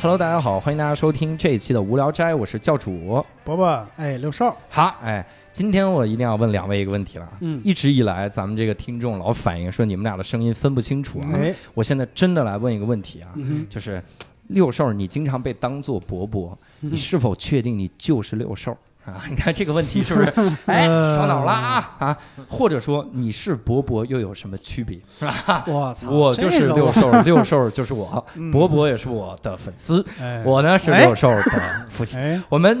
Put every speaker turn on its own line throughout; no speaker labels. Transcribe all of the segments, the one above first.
Hello，大家好，欢迎大家收听这一期的无聊斋，我是教主。
伯伯，哎，六少，
好，哎，今天我一定要问两位一个问题了。啊
嗯，
一直以来，咱们这个听众老反映说你们俩的声音分不清楚啊。
哎，
我现在真的来问一个问题啊，
嗯
就是六兽，你经常被当做伯伯，
嗯
你是否确定你就是六兽啊？ 你看这个问题是不是？ 哎，
呃
烧脑了啊啊！或者说你是伯伯又有什么区别？ 是吧？
哼，我操，
我就是
这个
六
我，嗯
兽，六兽就是 我，伯伯也是我的粉丝，
哎，
我呢是六兽的父亲。
哎，
我们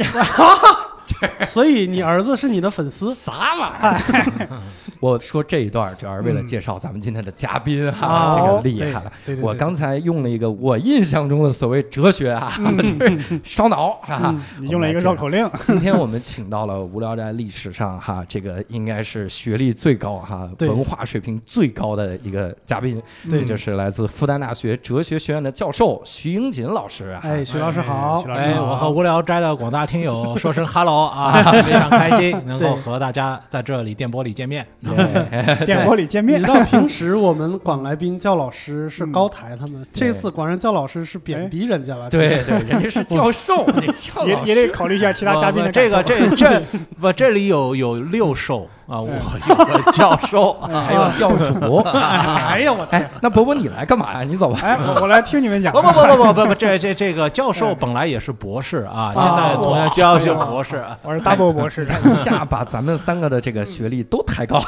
所以你儿子是你的粉丝
啥玩意儿？我说这一段主要是为了介绍咱们今天的嘉宾哈，
嗯
这个
哦
厉害了。
对对对对
我刚才用了一个我印象中的所谓哲学啊， 就是烧脑啊哈
嗯。你用了一个绕口令，
今天我们请到了无聊斋历史上哈，这个应该是学历最高哈，
对
文化水平最高的一个嘉宾，
对
也就是来自复旦大学哲学学院的教授徐英锦老师啊。
哎，徐老师好，
徐老师好哎，我和
好，
无聊斋的广大听友说声 hello 啊， 非常开心能够和大家在这里电波里见面。
对
电波里见
你
面
知。道平时我们管来宾叫老师是高抬他们，这次管人叫老师是贬低人家了，
对对，人家是教 授，你叫
也
老
也
师
得考虑一下其他嘉宾
我
的
这
感
个这这不这里有有六兽啊，我有个教授，
还有教主。
哎呀我，
哎，那伯伯你来干嘛呀？你走吧。
哎，我我来听你们讲
不。不不不不不不，这这这个教授本来也是博士啊，现在同样教授博士啊，
我是 double 博士，
一下把咱们三个的这个学历都抬高，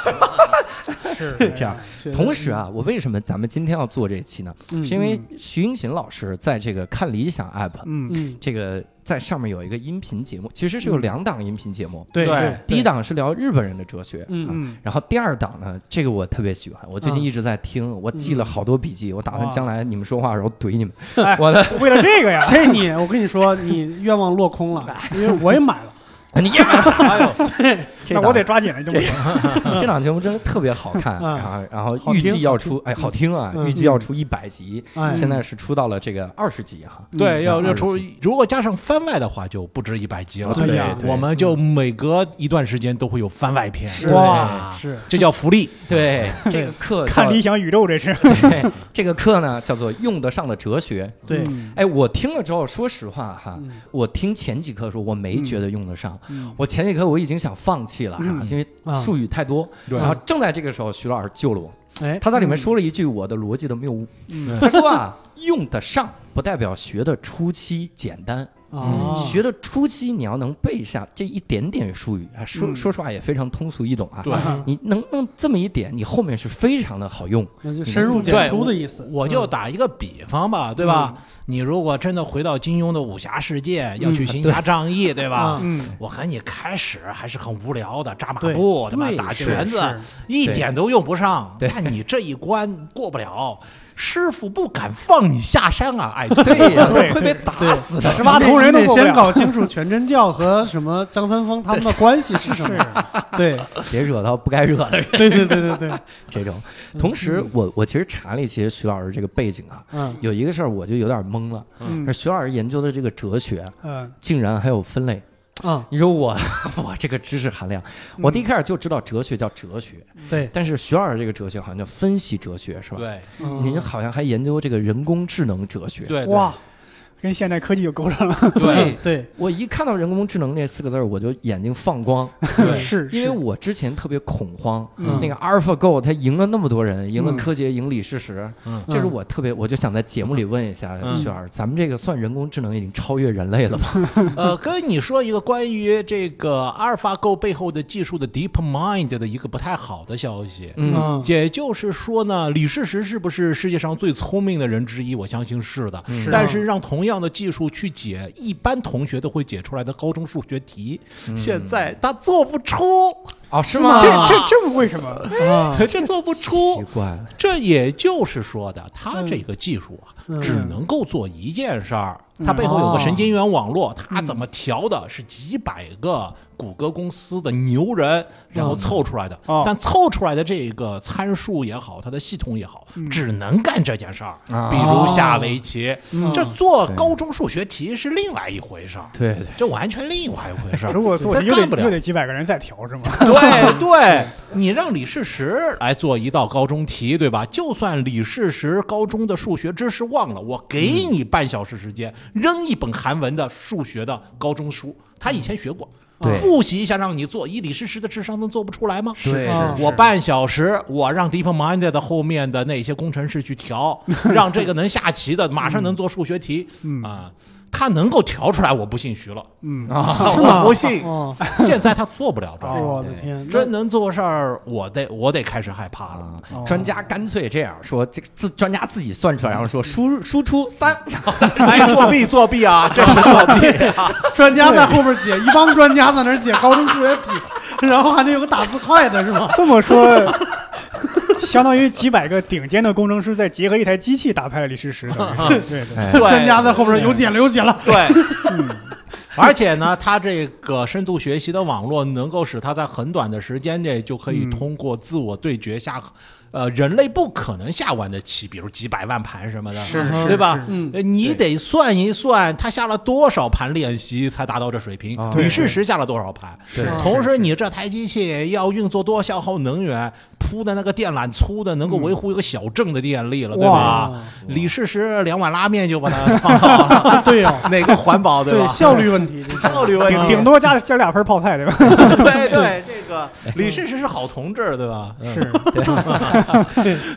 是
这样。同时啊，我为什么咱们今天要做这期呢？
嗯
是因为徐英琴老师在这个看理想 App
嗯，
嗯，
这个在上面有一个音频节目，其实是有两档音频节目，
对
对
第一档是聊日本人的哲学，
嗯
啊
嗯
然后第二档呢，这个我特别喜欢，我最近
嗯
一直在听，我记了好多笔记，我打算
哇
将来你们说话的时候怼你们
哎。
我的，
为了这个 呀，
这你我跟你说，你愿望落空了，因为我也买了，
你也买了
哎呦，
这
那
档
我得抓紧了，这不行。
这档节目真的特别好 看，
嗯
然后然后
好
预
听
计要出，哎，好听啊，
嗯
预计要出一百集，
哎，
现在是出到了这个二十集哈。
对，要
嗯
要出
二十几，
如果加上番外的话，就不止一百集了。
对呀
我们就每隔一段时间都会有番外篇，
是
哇
是，
这叫福利。
对这个课
看
叫
理想宇宙，这是。
对这个课呢叫做用得上的哲学。
对，
嗯
哎，我听了之后，说实话哈
嗯，
我听前几课的时候我没觉得用得上
嗯嗯，
我前几课我已经想放弃了哈，
嗯
因为
啊
术语太多。
对
然后正在这个时候，徐老师救了我，
哎，
他在里面说了一句我的逻辑的谬误，
嗯
他说啊，用得上不代表学的初期简单。
啊，
嗯学的初期，你要能背下这一点点术语
嗯
啊，说说实话也非常通俗易懂啊。
对
你能弄这么一点，你后面是非常的好用。
那就深入
对
简出
我嗯
的意思，
我就打一个比方吧，对吧？你如果真的回到金庸的武侠世界，要去行侠仗义，嗯对吧？
啊
嗯，
我看你开始还是很无聊的，扎马
对
步，吧？
对
打
是
拳子
是，
一
对
点都用不上。
对
但你这一关过不了，师傅不敢放你下山啊！哎，
对 呀，
对
会被打死的。
十八铜人
你
都过
得
不
先
了。
搞清楚全真教和什么张三丰他们的关系是什么。对，
别惹到不该惹的 人。
对对对对对，
这种，
嗯
同时我我其实查了一些徐老师这个背景啊，
嗯
有一个事儿我就有点懵了。
嗯
那徐老师研究的这个哲学，
嗯，
竟然还有分类。
嗯，
你说我 我这个知识含量，我第一开始就知道哲学叫哲学，
对，
但是徐老师这个哲学好像叫分析哲学是吧？
对
嗯
您好像还研究这个人工智能哲学。
对，
哇，跟现代科技有勾上了。
对
嗯对，
我一看到人工智能这四个字儿，我就眼睛放光，
对
是，
因为
是
我之前特别恐慌。
嗯
那个 AlphaGo 它赢了那么多人，赢了
嗯
柯洁，赢李世石，
嗯
这是我特别，我就想在节目里问一下
嗯
雪儿，咱们这个算人工智能已经超越人类了吧？
呃，跟你说一个关于这个阿尔法狗背后的技术的 DeepMind 的一个不太好的消息。
嗯，
嗯
也就是说呢，李世石是不是世界上最聪明的人之一？我相信是的。
嗯
是啊
但是让同样的技术去解一般同学都会解出来的高中数学题，
嗯
现在他做不出，
哦，是
吗
吗？
这
啊
这这为什么？
啊，
这做不
奇
出。
怪了，
这也就是说的，他这个技术啊，
嗯
只能够做一件事儿。
嗯
它背后有
哦
个神经元网络，它怎么调的是几百个谷歌公司的牛人，然后凑出来的。
哦
但凑出来的这个参数也好，它的系统也好，
嗯
只能干这件事儿。
啊
比如下围棋，
嗯
这做高中数学题是另外一回事儿，
对对，
这完全另外一回事 儿。
如果做
它
题又
干不
得又
了。
得几百个人再调是吗？
对对，你让李世石来做一道高中题，对吧？就算李世石高中的数学知识忘了，我给你半小时时间，扔一本韩文的数学的高中书，他以前学过，
对
复习一下让你做，以李诗诗的智商能做不出来吗？
对
啊
是
我半小时，我让 DeepMind 的后面的那些工程师去调，让这个能下棋的马上能做数学题
嗯
啊、他能够调出来，我不信徐了。
嗯，
啊，
是
我
吗？
不信，
哦，
现在他做不了这事儿。
我的天，
真能做事儿，我得我得开始害怕了。
啊专家干脆这样说，这个自专家自己算出来，然后说输输出三，
哎，作弊作弊 啊，这是作弊 啊！
那专家在后边解，一帮专家在那儿解高中数学题，然后还得有个打字快的是吗？
这么说，相当于几百个顶尖的工程师再结合一台机器打败了李世石，等于是对对，
哎
专家在后边
对
有解了，有解了。
对，嗯而且呢，他这个深度学习的网络能够使他在很短的时间内就可以
嗯
通过自我对决下，呃，人类不可能下完的棋，比如几百万盘什么的，
是
是
对吧？
嗯，
呃你
对
得算一算，他下了多少盘练习才达到这水平
啊？
李
对
世石下了多少盘？
对
啊
同时，你这台机器要运作多消耗能源，铺的那个电缆粗的能够维护一个小镇的电力了，对吧？
哇，
李世石两碗拉面就把它放到
对呀，
哪个环保对吧？
对效率问题，这是
效率问
顶
题
顶，多加加俩盆泡菜，对吧？
对对，这个李世石是好同志，对吧？
是，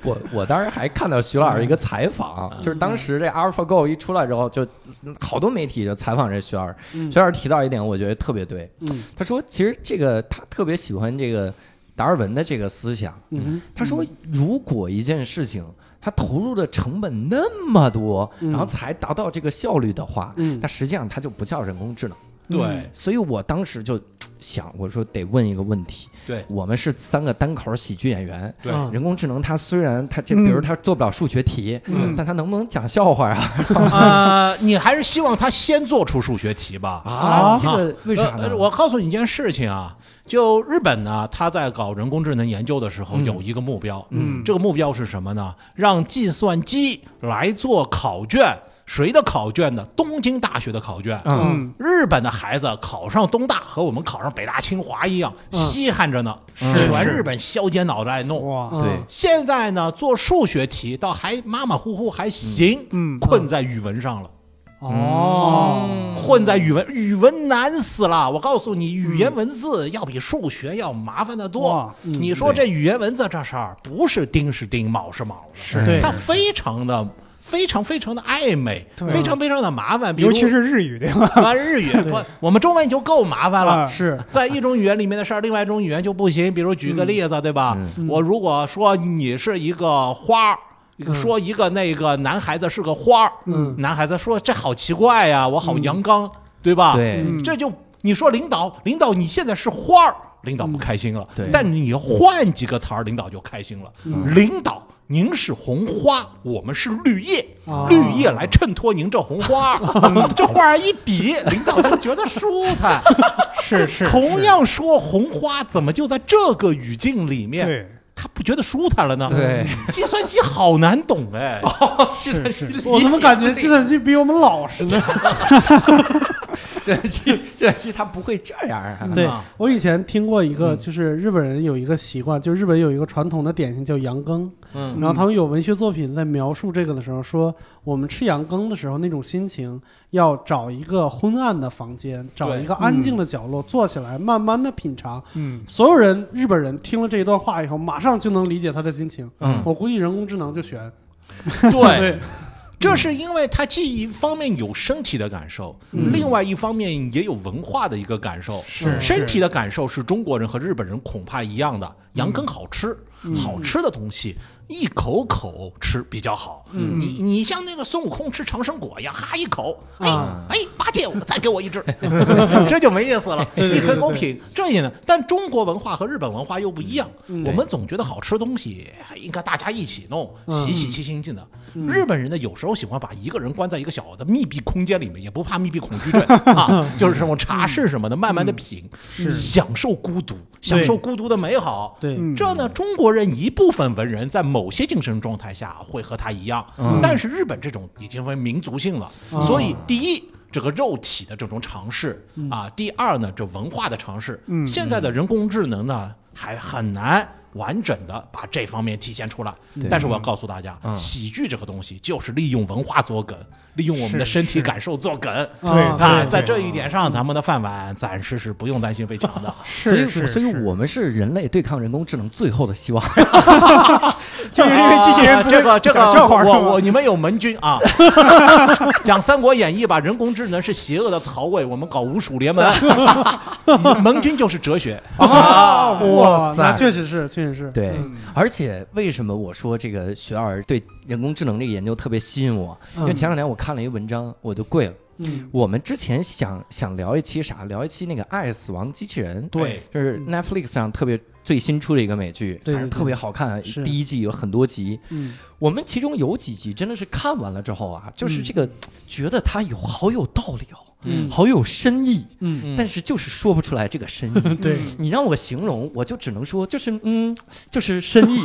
我我当时还看到徐老师
嗯
一个采访，就是当时这 AlphaGo 一出来之后，就好多媒体就采访这徐老师。
嗯
徐老师提到一点，我觉得特别对，
嗯
他说其实这个他特别喜欢这个达尔文的这个思想。
嗯
他说，如果一件事情他投入的成本那么多，
嗯
然后才达到这个效率的话，
嗯
那，实际上它就不叫人工智能。
对
所以我当时就想，我说得问一个问题：
对
我们是三个单口喜剧演员，
对
嗯
人工智能它虽然它这，
嗯
比如它做不了数学题，
嗯
但它能不能讲笑话啊？
呃，你还是希望他先做出数学题吧。
啊， 这个为啥
呃
呢？
呃我告诉你一件事情啊，就日本呢，他在搞人工智能研究的时候
嗯
有一个目标，
嗯
这个目标是什么呢？让计算机来做考卷，谁的考卷呢？东京大学的考卷。
啊，
嗯，
日本的孩子考上东大和我们考上北大清华一样，
嗯
稀罕着呢，
是
全
是
日本削尖脑袋弄。
哇，
对
现在呢，做数学题倒还马马虎虎还行，
嗯，
困在语文上了。
哦，
混在语文，语文难死了。我告诉你，语言文字要比数学要麻烦得多
哇。
嗯
你说这语言文字这事儿，不是丁是丁，卯是卯的，
是对
它非常的。非常非常的暧昧，
对啊
非常非常的麻烦，比如
尤其是日语，对吧？
啊日语，不，我们中文就够麻烦了
啊。
是
在一种语言里面的事儿，另外一种语言就不行。比如举个例子，对吧？
嗯
我如果说你是一个花儿，
嗯
说一个那个男孩子是个花儿，
嗯
男孩子说这好奇怪呀、我好阳刚，对吧？，
对
嗯
这就你说领导，领导你现在是花儿，领导不开心了。
对
但你换几个词儿，领导就开心了。
嗯
领导，您是红花，我们是绿叶。
啊
绿叶来衬托您这红花儿，这画儿一比，领导就觉得舒坦。
是是，
同样说红花，怎么就在这个语境里
是
面，
对，
他不觉得舒坦了呢？
对，
计算机好难懂哎。
计算机 理解
我怎么感觉
力
计算机比我们老实呢？
计算机计算机它不会这样啊？
嗯
对
啊
我以前听过一个，
嗯
就是日本人有一个习惯，就日本有一个传统的点心叫羊羹，
嗯
然后他们有文学作品在描述这个的时候说，我们吃羊羹的时候那种心情，要找一个昏暗的房间，找
对
一个安
嗯
静的角落，坐起来慢慢的品尝。
嗯，
所有人日本人听了这一段话以后，马上就能理解他的心情。
嗯
我估计人工智能就悬。
对，
对，
这是因为它既一方面有身体的感受，
嗯
另外一方面也有文化的一个感受。
是
身体的感受是中国人和日本人恐怕一样的，羊
嗯
羹好吃，好吃的东西一口口吃比较好。
嗯
你你像那个孙悟空吃长生果一样，哈一口，哎、
啊
哎，八戒，我再给我一 只，这就没意思了。
对对对
你可以
对
给我品这一呢，但中国文化和日本文化又不一样，
嗯
我们总觉得好吃的东西还应该大家一起弄，
嗯
喜喜气心气的。
嗯
日本人呢，有时候喜欢把一个人关在一个小的密闭空间里面，也不怕密闭恐 惧症啊，就是这种茶室什么的，慢
嗯
慢的品，享受孤独，享受孤独的美好。
对，
嗯
这呢，中国人一部分文人在某些精神状态下会和他一样，
嗯
但是日本这种已经为民族性了，
嗯
哦
所以第一。这个肉体的这种尝试啊，第二呢，这文化的尝试，
嗯
现在的人工智能呢还很难完整的把这方面体现出来
对。
但是我要告诉大家，
嗯
喜剧这个东西就是利用文化做梗，利用我们的
是
身体
是
感受做梗。
对
啊
啊，
对
在这一点上，咱们的饭碗暂时是不用担心被抢 的。
所以
是
我，
是，
所以
是
我们是人类对抗人工智能最后的希 望。
就是因为机器人
啊
不
这个
是
这个
讲笑话
我
是吗
我你们有盟军啊！ 讲《三国演义》吧，人工智能是邪恶的曹魏，我们搞五 鼠联盟，盟军就是哲学。
啊
哇，那确实是，确实是，
对
嗯，
而且为什么我说这个学老师对人工智能这个研究特别吸引我？因
嗯
为前两天我看了一个文章，我就跪了。
嗯，
我们之前想想聊一期啥？聊一期那个《爱死亡机器人》，
对，
就是 Netflix 上特别最新出的一个美剧，
对
反正
对
特别好看。
是
第一季有很多集，
嗯，
我们其中有几集真的是看完了之后啊，就是这个觉得它有好有道理哦，
嗯
好有深意，
嗯，
但是就是说不出来这个深意。
对，
你让我形容，我就只能说就是嗯，就是深 意，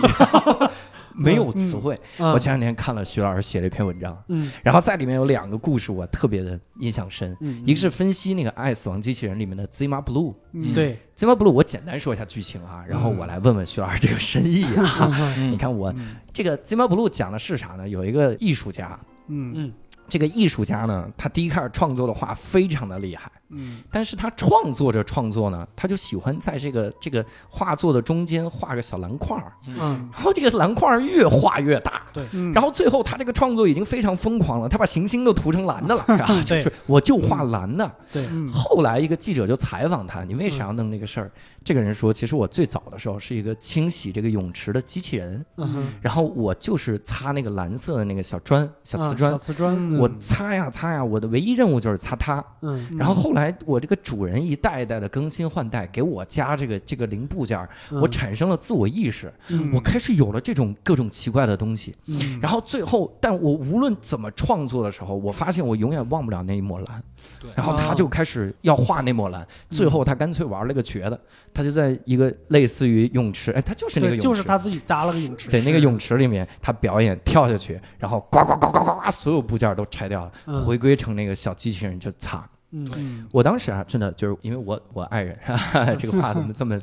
没有词汇。
嗯
我前两天看了徐老师写了一篇文章，
嗯
然后在里面有两个故事我特别的印象深，
嗯，
一个是分析那个《爱死亡机器人》里面的 Zima Blue。
嗯对，
Zima Blue，我简单说一下剧情啊，然后我来问问徐老师这个深意啊。你
嗯，
看我这个 Zima Blue 讲的是啥呢？有一个艺术家，
嗯
嗯
这个艺术家呢，他第一开始创作的画非常的厉害。
嗯
但是他创作着创作呢，他就喜欢在这个这个画作的中间画个小篮块儿，
嗯
然后这个篮块儿越画越大，
嗯，
然后最后他这个创作已经非常疯狂了，他把行星都涂成蓝的了，啊、就是我就画蓝的。
对，
嗯
后来一个记者就采访他，你为啥要弄这个事儿？这个人说，其实我最早的时候是一个清洗这个泳池的机器人，
嗯哼
然后我就是擦那个蓝色的那个小砖小瓷砖。
啊小瓷砖，
我擦呀擦呀，我的唯一任务就是擦它。
嗯，
然后后来我这个主人一代一代的更新换代，给我加这个这个零部件儿，
嗯
我产生了自我意识，
嗯
我开始有了这种各种奇怪的东西。
嗯
然后最后，但我无论怎么创作的时候，我发现我永远忘不了那一抹蓝。
对
然后他
哦
就开始要画那抹蓝，最后他干脆玩了个瘸的，他就在一个类似于泳池，哎，他就是那个
对，
泳池，
就是他自己搭了个泳池，
对，那个泳池里面，他表演跳下去，然后呱呱呱呱呱呱，所有部件都拆掉了，
嗯
回归成那个小机器人去擦。
嗯，嗯
我当时啊，真的就是因为我我爱人， 哈哈，这个话怎么这么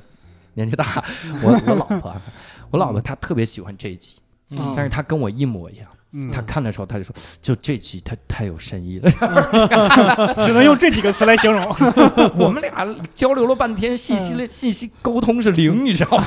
年纪 大？我我老婆啊，我老婆她特别喜欢这一集，
嗯
但是她跟我一模一样。
嗯
她看的时候，她就说，就这集她太有深意了。
只能用这几个词来形容。
我们俩交流了半天，信息了信息沟通是 零，你知道吗？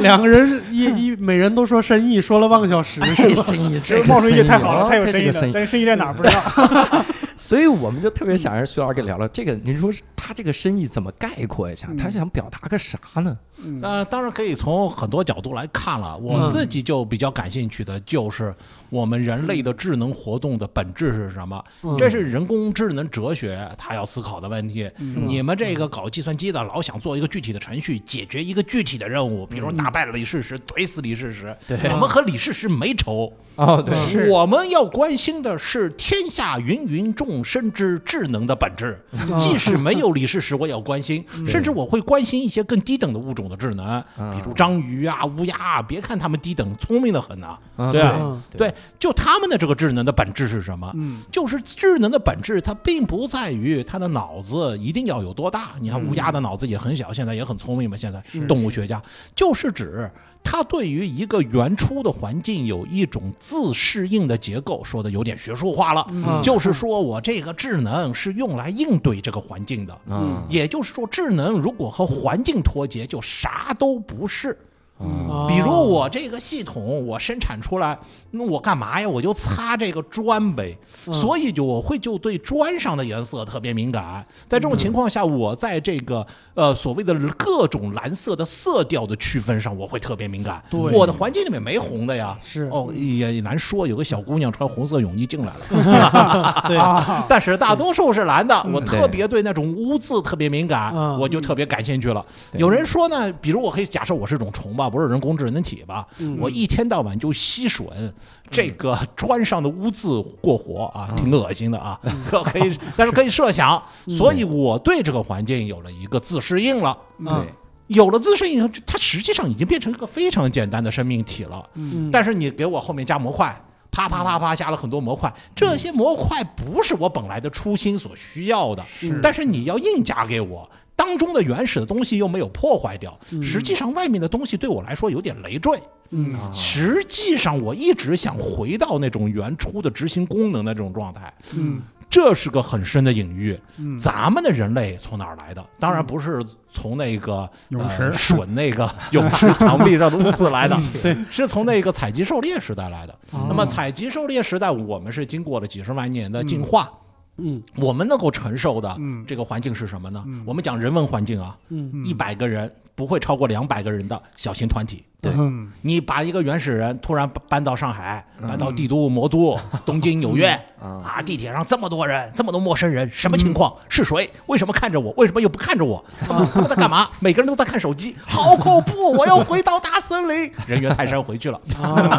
两个人一一每人都说深意，说了半个小时，
太深意，这
这
个
冒出一句
深意
太好了，太有
这
深
这
意
个深
了，
意。
但是深意在哪儿不知 道。
所以我们就特别想让徐老师给聊聊这个，您说是他这个深意怎么概括一下？他想表达个啥呢？
呃，当然可以从很多角度来看了。我自己就比较感兴趣的就是我们人类的智能活动的本质是什么？这是人工智能哲学它要思考的问题。你们这个搞计算机的，老想做一个具体的程序，解决一个具体的任务，比如打败李世石，怼死李世石。
对
我们和李世石没仇，
哦，对
是
我们要关心的是天下芸芸众生之智能的本质。即使没有李世石，我也要关心，甚至我会关心一些更低等的物种的智能，比如章鱼啊、乌鸦啊。别看它们低等，聪明的很呐、
啊
对
对啊，对，就它们的这个智能的本质是什么？
嗯
就是智能的本质，它并不在于它的脑子一定要有多大。你看乌鸦的脑子也很小，现在也很聪明嘛。现在动物学家就是指它对于一个原初的环境有一种自适应的结构，说的有点学术化了，
嗯
就是说我这个智能是用来应对这个环境的。
啊
也就是说，智能如果和环境脱节，就啥都不是。
哦
比如我这个系统，我生产出来，那我干嘛呀？我就擦这个砖呗。
嗯
所以就我会就对砖上的颜色特别敏感。在这种
嗯
情况下，我在这个呃所谓的各种蓝色的色调的区分上，我会特别敏感。
对
我的环境里面没红的呀。
是
哦，也也难说。有个小姑娘穿红色泳衣进来了，
对，
啊，
但是大多数是蓝的。我
嗯对
特别对那种污渍特别敏感，
嗯
我就特别感兴趣了。
嗯对
有人说呢，比如我可以假设我是种虫吧，不是人工智能体吧，我一天到晚就吸吮
嗯
这个砖上的污渍过活啊，挺
嗯
恶心的啊。可 可以，但是可以设想，所以我对这个环境有了一个自适应了。
嗯
有了自适应，它实际上已经变成一个非常简单的生命体了。
嗯
但是你给我后面加模块，啪啪啪啪加了很多模块，
嗯
这些模块不是我本来的初心所需要的，但是你要硬加给我。当中的原始的东西又没有破坏掉，
嗯
实际上外面的东西对我来说有点累赘。
嗯
啊
实际上我一直想回到那种原初的执行功能的这种状态，
嗯
这是个很深的隐喻。
嗯，
咱们的人类从哪儿来的？当然不是从那个
泳
呃
池
吮那 个泳池墙壁上的污渍来的，
对，
是从那个采集狩猎时代来的。
哦
那么采集狩猎时代，我们是经过了几十万年的进化，
嗯
我们能够承受的
嗯
这个环境是什么呢？
嗯
我们讲人文环境啊，
嗯
一百个人不会超过两百个人的小型团体。
对
嗯
你把一个原始人突然搬到上海，搬到帝都魔都、东京、纽约
嗯
啊，
啊，地铁上这么多人，这么多陌生人，什么情况？是谁？为什么看着我？为什么又不看着我？他们他们在干嘛？每个人都在看手机，好恐怖！我要回到大森林。人猿泰山回去了，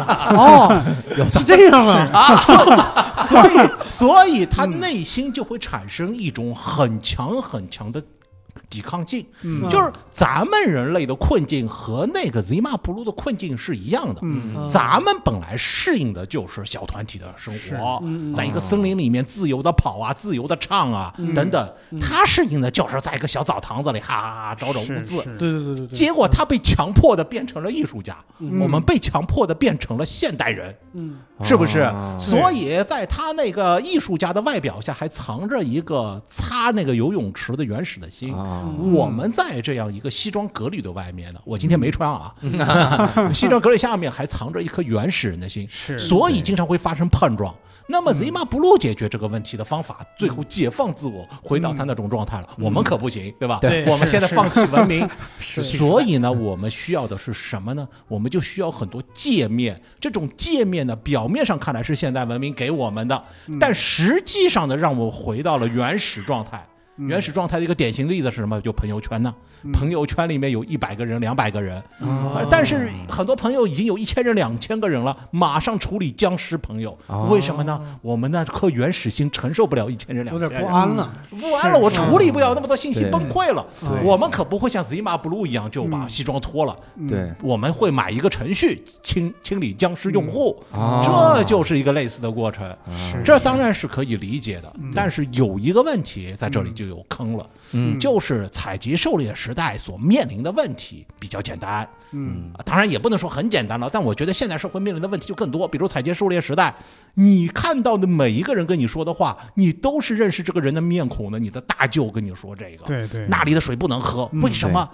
哦哦，是这样啊，
所以 所以他
嗯
内心就会产生一种很强很强的抵抗性。
嗯
就是咱们人类的困境和那个 Zima Blue 的困境是一样的。
嗯
咱们本来适应的就是小团体的生
是
活，
嗯嗯
在一个森林里面自由的跑啊，自由的唱啊，
嗯
等等。他适应的就是在一个小澡堂子里哈哈哈找找
是
污渍。
是
对对对对对，
结果他被强迫的变成了艺术家，
嗯
我们被强迫的变成了现代人，
嗯
是不是？
啊
所以在他那个艺术家的外表下，还藏着一个擦那个游泳池的原始的心。
啊
我们在这样一个西装革履的外面呢，我今天没穿啊， 西装革履下面还藏着一颗原始人的心，
嗯是嗯
所以经常会发生碰撞。那么 Zima Blue 解决这个问题的方法，最后解放自我，回到他那种状态了。我们可不行，对吧？
嗯对
我们
是
现在
是
放弃文明，
是
所以呢，我们需要的是什么呢？我们就需要很多界面。这种界面呢，表面上看来是现代文明给我们的，
嗯
但实际上呢，让我们回到了原始状态。
嗯
原始状态的一个典型例子是什么？就朋友圈呢、朋友圈里面有一百个人、两百个人，
嗯
而但是很多朋友已经有一千人、两千个人了，马上处理僵尸朋友，
哦
为什么呢？我们那颗原始心承受不了一千人、两
有
千
点
人，
不安了，
不安了，我处理不了那么多信息，
对
崩溃了
对。嗯
我们可不会像 Zima Blue 一样就把西装脱了，
对
我们会买一个程序清清理僵尸用户，
啊
这就是一个类似的过程。
是嗯
这当然是可以理解的，但是有一个问题在这里就有坑了，
嗯
就是采集狩猎时代所面临的问题比较简单，
嗯
啊当然也不能说很简单了，但我觉得现代社会面临的问题就更多，比如采集狩猎时代，你看到的每一个人跟你说的话，你都是认识这个人的面孔的，你的大舅跟你说这个，
对对
那里的水不能喝，为什么？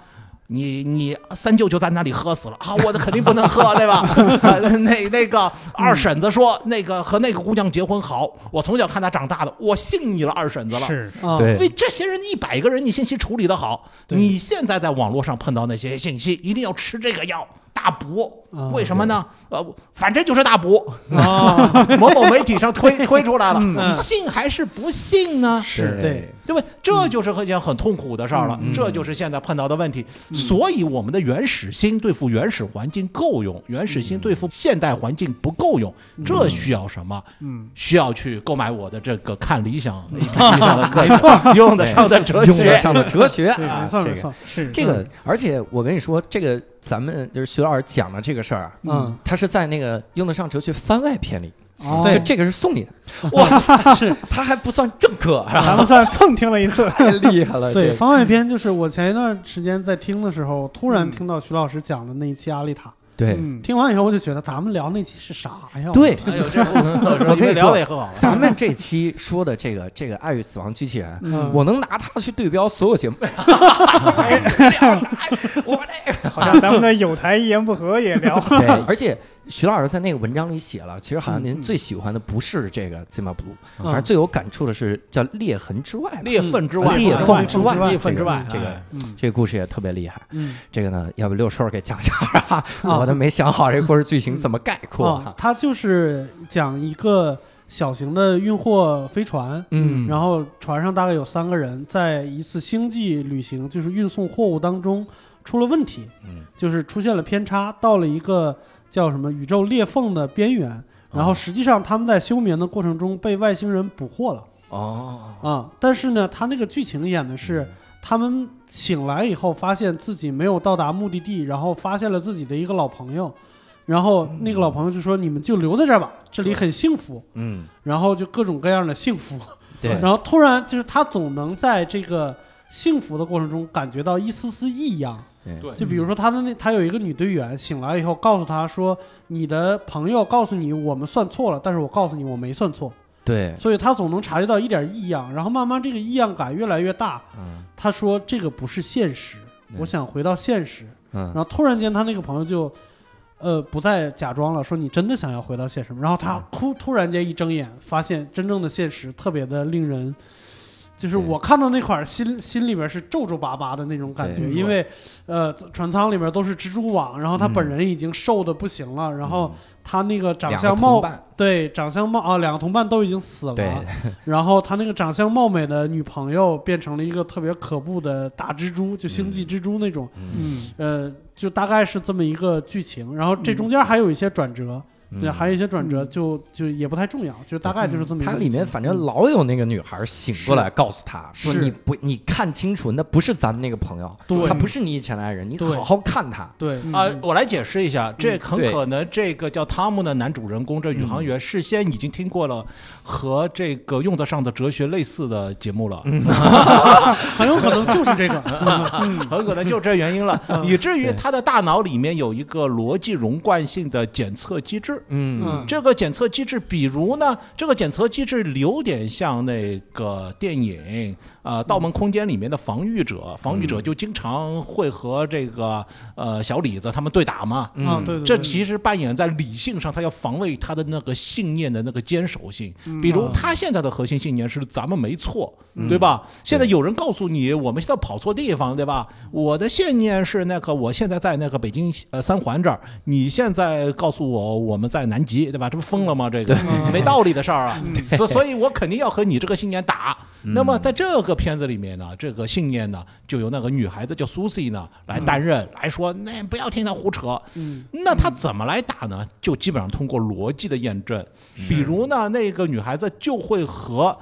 你你三舅就在那里喝死了啊！ 我的肯定不能喝，对吧？ 呃那那个二婶子说，那个和那个姑娘结婚好，我从小看她长大的，我信你了二婶子了。
是
啊，
对
因为这些人一百个人，你信息处理的好，
对
你现在在网络上碰到那些信息，一定要吃这个药大补
啊。
为什么呢？呃，反正就是大补，
啊，
某某媒体上推推出来了，
嗯
你信还是不信呢？
是
对
对不对？这就是一件很痛苦的事儿了，这就是现在碰到的问题。所以我们的原始心对付原始环境够用，原始心对付现代环境不够用，这需要什么？
嗯
需要去购买我的这个看理想 APP 上 的课，用得上的哲
用得
学。
上的哲学
对，
啊，
没错
这
没
个
错，
嗯
是
这个，而且我跟你说，这个咱们就是徐老师讲的这个事儿啊，
嗯，
他是在那个用得上哲学番外篇里，
哦
就这个是送你的，
是
他还不算正课，是吧
咱们算蹭听了一次，
太厉害了，
对
这个
番外篇，就是我前一段时间在听的时候，突然听到徐老师讲的那一期《阿丽塔》，
对，
嗯
听完以后我就觉得咱们聊那期是啥呀？
对
哎呦，这我
跟你
聊
说
的也很好了。
咱们这期说的这个这个《爱与死亡机器人》。
嗯，
我能拿它去对标所有节目，
哎
我这
好像咱们的有台一言不合也聊，
对，而且徐老师在那个文章里写了，其实好像您最喜欢的不是这个《Zima Blue》，反正最有感触的是叫《裂痕之外》吧。啊
裂缝之外，
裂缝之外
裂缝之外，
这个
哎
这个故事也特别厉害。
嗯
这个呢，要不六兽给讲讲啊？ 我都没想好这故事剧情怎么概括
哦
啊。，
它就是讲一个小型的运货飞船，
嗯
然后船上大概有三个人，在一次星际旅行，就是运送货物当中出了问题，
嗯
就是出现了偏差，到了一个叫什么宇宙裂缝的边缘。然
哦
后实际上他们在休眠的过程中被外星人捕获了
哦，
啊、但是呢，他那个剧情演的是他们醒来以后发现自己没有到达目的地，然后发现了自己的一个老朋友，然后那个老朋友就说：“你们就留在这儿吧，这里很幸福。”
嗯，
然后就各种各样的幸福。
对
然后突然就是他总能在这个幸福的过程中感觉到一丝丝异样。
对
就比如说他的那他有一个女队员醒来以后告诉他说，你的朋友告诉你我们算错了，但是我告诉你我没算错，
对，
所以他总能察觉到一点异样，然后慢慢这个异样感越来越大。
嗯
他说这个不是现实，
对
我想回到现实。然
嗯
后突然间他那个朋友就，呃，不再假装了，说你真的想要回到现实吗？然后他突突然间一睁眼，发现真正的现实特别的令人，就是
对
我看到那块儿心心里边是皱皱巴巴的那种感觉，
对
因为呃船舱里面都是蜘蛛网，然后他
嗯
本人已经瘦的不行了，然后他那个长
两
相
个
貌
同伴
对长相貌啊两个同伴都已经死了，
对，
然后他那个长相貌美的女朋友变成了一个特别可怖的大蜘蛛，就星际蜘蛛那种。
嗯，
嗯，
呃，就大概是这么一个剧情，然后这中间还有一些转折，对，还有一些转折
嗯
就就也不太重要，就大概就是这么一个
它
剧情。
里面反正
嗯
老有那个女孩醒过来告诉他
是
说：“你不，你看清楚，那不是咱们那个朋友，
对
他不是你以前的爱人，你
对
好好看他。
对，
啊、
嗯
我来解释一下，这很
对
可能这个叫汤姆的男主人公，这宇航员事先已经听过了和这个用得上的哲学类似的节目了，
很有可能就是这个。 嗯
很可能就这原因了，以至于他的大脑里面有一个逻辑容贯性的检测机制。”
嗯
嗯
这个检测机制，比如呢，这个检测机制有点像那个电影啊，呃《盗梦空间》里面的防御者，防御者就经常会和这个呃小李子他们对打嘛。
嗯
啊，对对，对
这其实扮演在理性上，他要防卫他的那个信念的那个坚守性。
嗯
比如他现在的核心信念是咱们没错，对吧？
嗯
现在有人告诉你我们现在跑错地方，对吧？我的信念是那个我现在在那个北京呃三环这儿，你现在告诉我我们在南极，对吧？这不疯了吗？这个
嗯
没道理的事儿啊！
嗯
所所以，我肯定要和你这个信念打。
嗯
那么在这个片子里面呢，这个信念呢，就由那个女孩子叫 Susie 呢来担任，来说那不要听他胡扯。
嗯
那他怎么来打呢？就基本上通过逻辑的验证，比如呢，那个女孩子就会和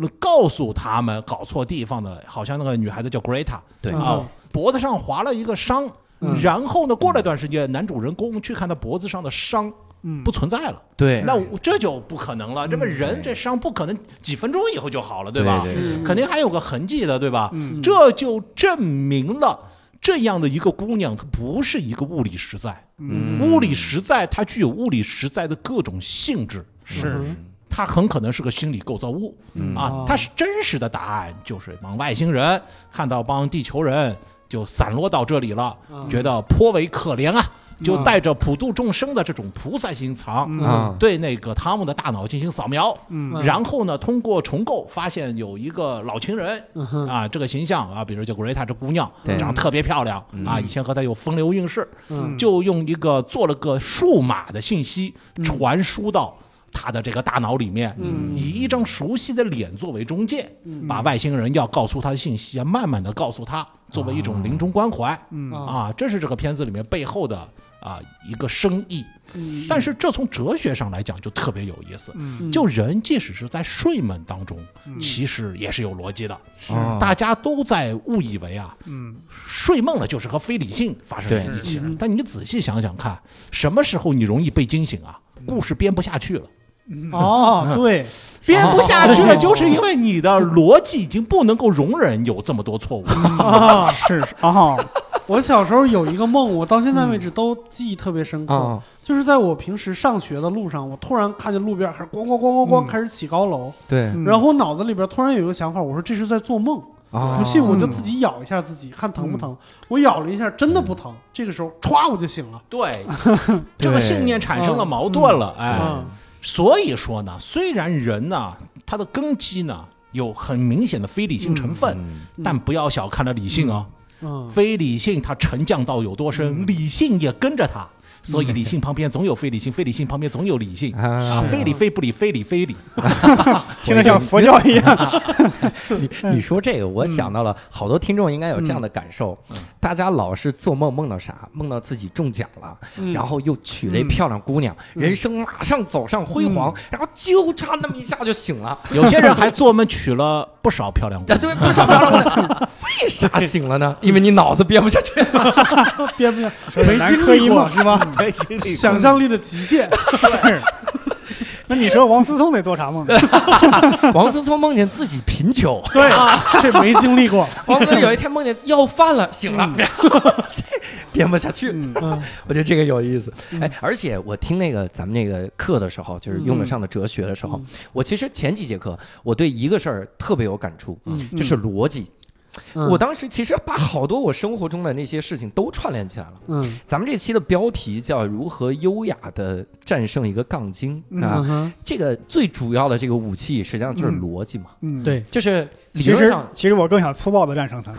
呃告诉他们搞错地方的，好像那个女孩子叫 Greta
对
嗯
啊，脖子上划了一个伤。
嗯
然后呢？过了一段时间，男主人公去看他脖子上的伤
嗯
不存在了，
对，
那我这就不可能了。这个人
对
这伤不可能几分钟以后就好了，吧？
对
是
肯定还有个痕迹的，对吧？
嗯
这就证明了这样的一个姑娘，她不是一个物理实在。
嗯
物理实在，它具有物理实在的各种性质，
是
它很可能是个心理构造物
嗯
哦
啊。它是真实的答案，就是帮外星人看到帮地球人就散落到这里了，
嗯
觉得颇为可怜啊，就
嗯
带着普度众生的这种菩萨心肠，
嗯
啊，
对那个汤姆的大脑进行扫描，
嗯
嗯
然后呢，通过重构发现有一个老情人
嗯哼
啊，这个形象啊，比如叫 Greta 这姑娘
对
长得特别漂亮
嗯
啊，以前和她有风流韵事，
嗯
就用一个做了个数码的信息
嗯
传输到他的这个大脑里面，
嗯
以一张熟悉的脸作为中介，
嗯
把外星人要告诉他的信息啊，慢慢的告诉他，作为一种临终关怀
嗯
啊
啊，这是这个片子里面背后的啊一个深意。
嗯
但是这从哲学上来讲就特别有意思，
嗯
嗯
就人即使是在睡梦当中，
嗯
其实也是有逻辑的，
是
嗯
啊
大家都在误以为啊，
嗯
睡梦了就是和非理性发生在
对
一起了
嗯。
但你仔细想想看，什么时候你容易被惊醒啊？故事编不下去了，
嗯啊
哦对，
编不下去了，
哦
就是因为你的逻辑已经不能够容忍有这么多错误。
啊，
是是啊，
我小时候有一个梦，我到现在为止都记忆特别深刻，
啊，
就是在我平时上学的路上，我突然看见路边开始咣咣咣咣咣
嗯
开始起高楼，
对
嗯
然后我脑子里边突然有一个想法，我说这是在做梦，
啊，
不信我就
嗯
自己咬一下自己，看疼不疼。我咬了一下，真的不疼。这个时候歘我就醒了。
对， 这个信念产生了矛盾了，哎，
嗯
所以说呢，虽然人呢，他的根基呢有很明显的非理性成分，
嗯
但不要小看了理性哦。
嗯，
非理性它沉降到有多深，理性也跟着它，所以理性旁边总有非理性，非 理性旁边总有理性。啊，
啊，
非理非不理，非理非理。
听着像佛教一 样。
你你说这个，我想到了好多听众应该有这样的感受，大家老是做梦梦到啥，梦到自己中奖了，
嗯
然后又娶了一漂亮姑娘，人生马上走上辉煌，然后就差那么一下就醒了，
有些人还做梦娶了不少漂亮姑
啊 ，对，不是漂亮姑娘，为啥醒了呢？因为你脑子编不下去了，
编不了，
这
没
男
经
科
历
一
过
梦
是吧？
娘，
想象力的极限。
是，那你说王思聪得做啥 梦？
王思聪梦见自己贫穷，
对，这没经历过。
王思聪有一天梦见要饭 了，醒了，嗯编不下去。
嗯
我觉得这个有意思。
嗯
哎，而且我听那个咱们那个课的时候，就是用得上的哲学的时候，
嗯
我其实前几节课我对一个事儿特别有感触，
嗯，
就是逻辑。
嗯
我当时其实把好多我生活中的那些事情都串联起来了。
嗯
咱们这期的标题叫“如何优雅的战胜一个杠精”啊，
嗯哼
这个最主要的这个武器实际上就是逻辑嘛，
嗯，，
对，
就是理
其
论
实
上
其实我更想粗暴的战胜 他。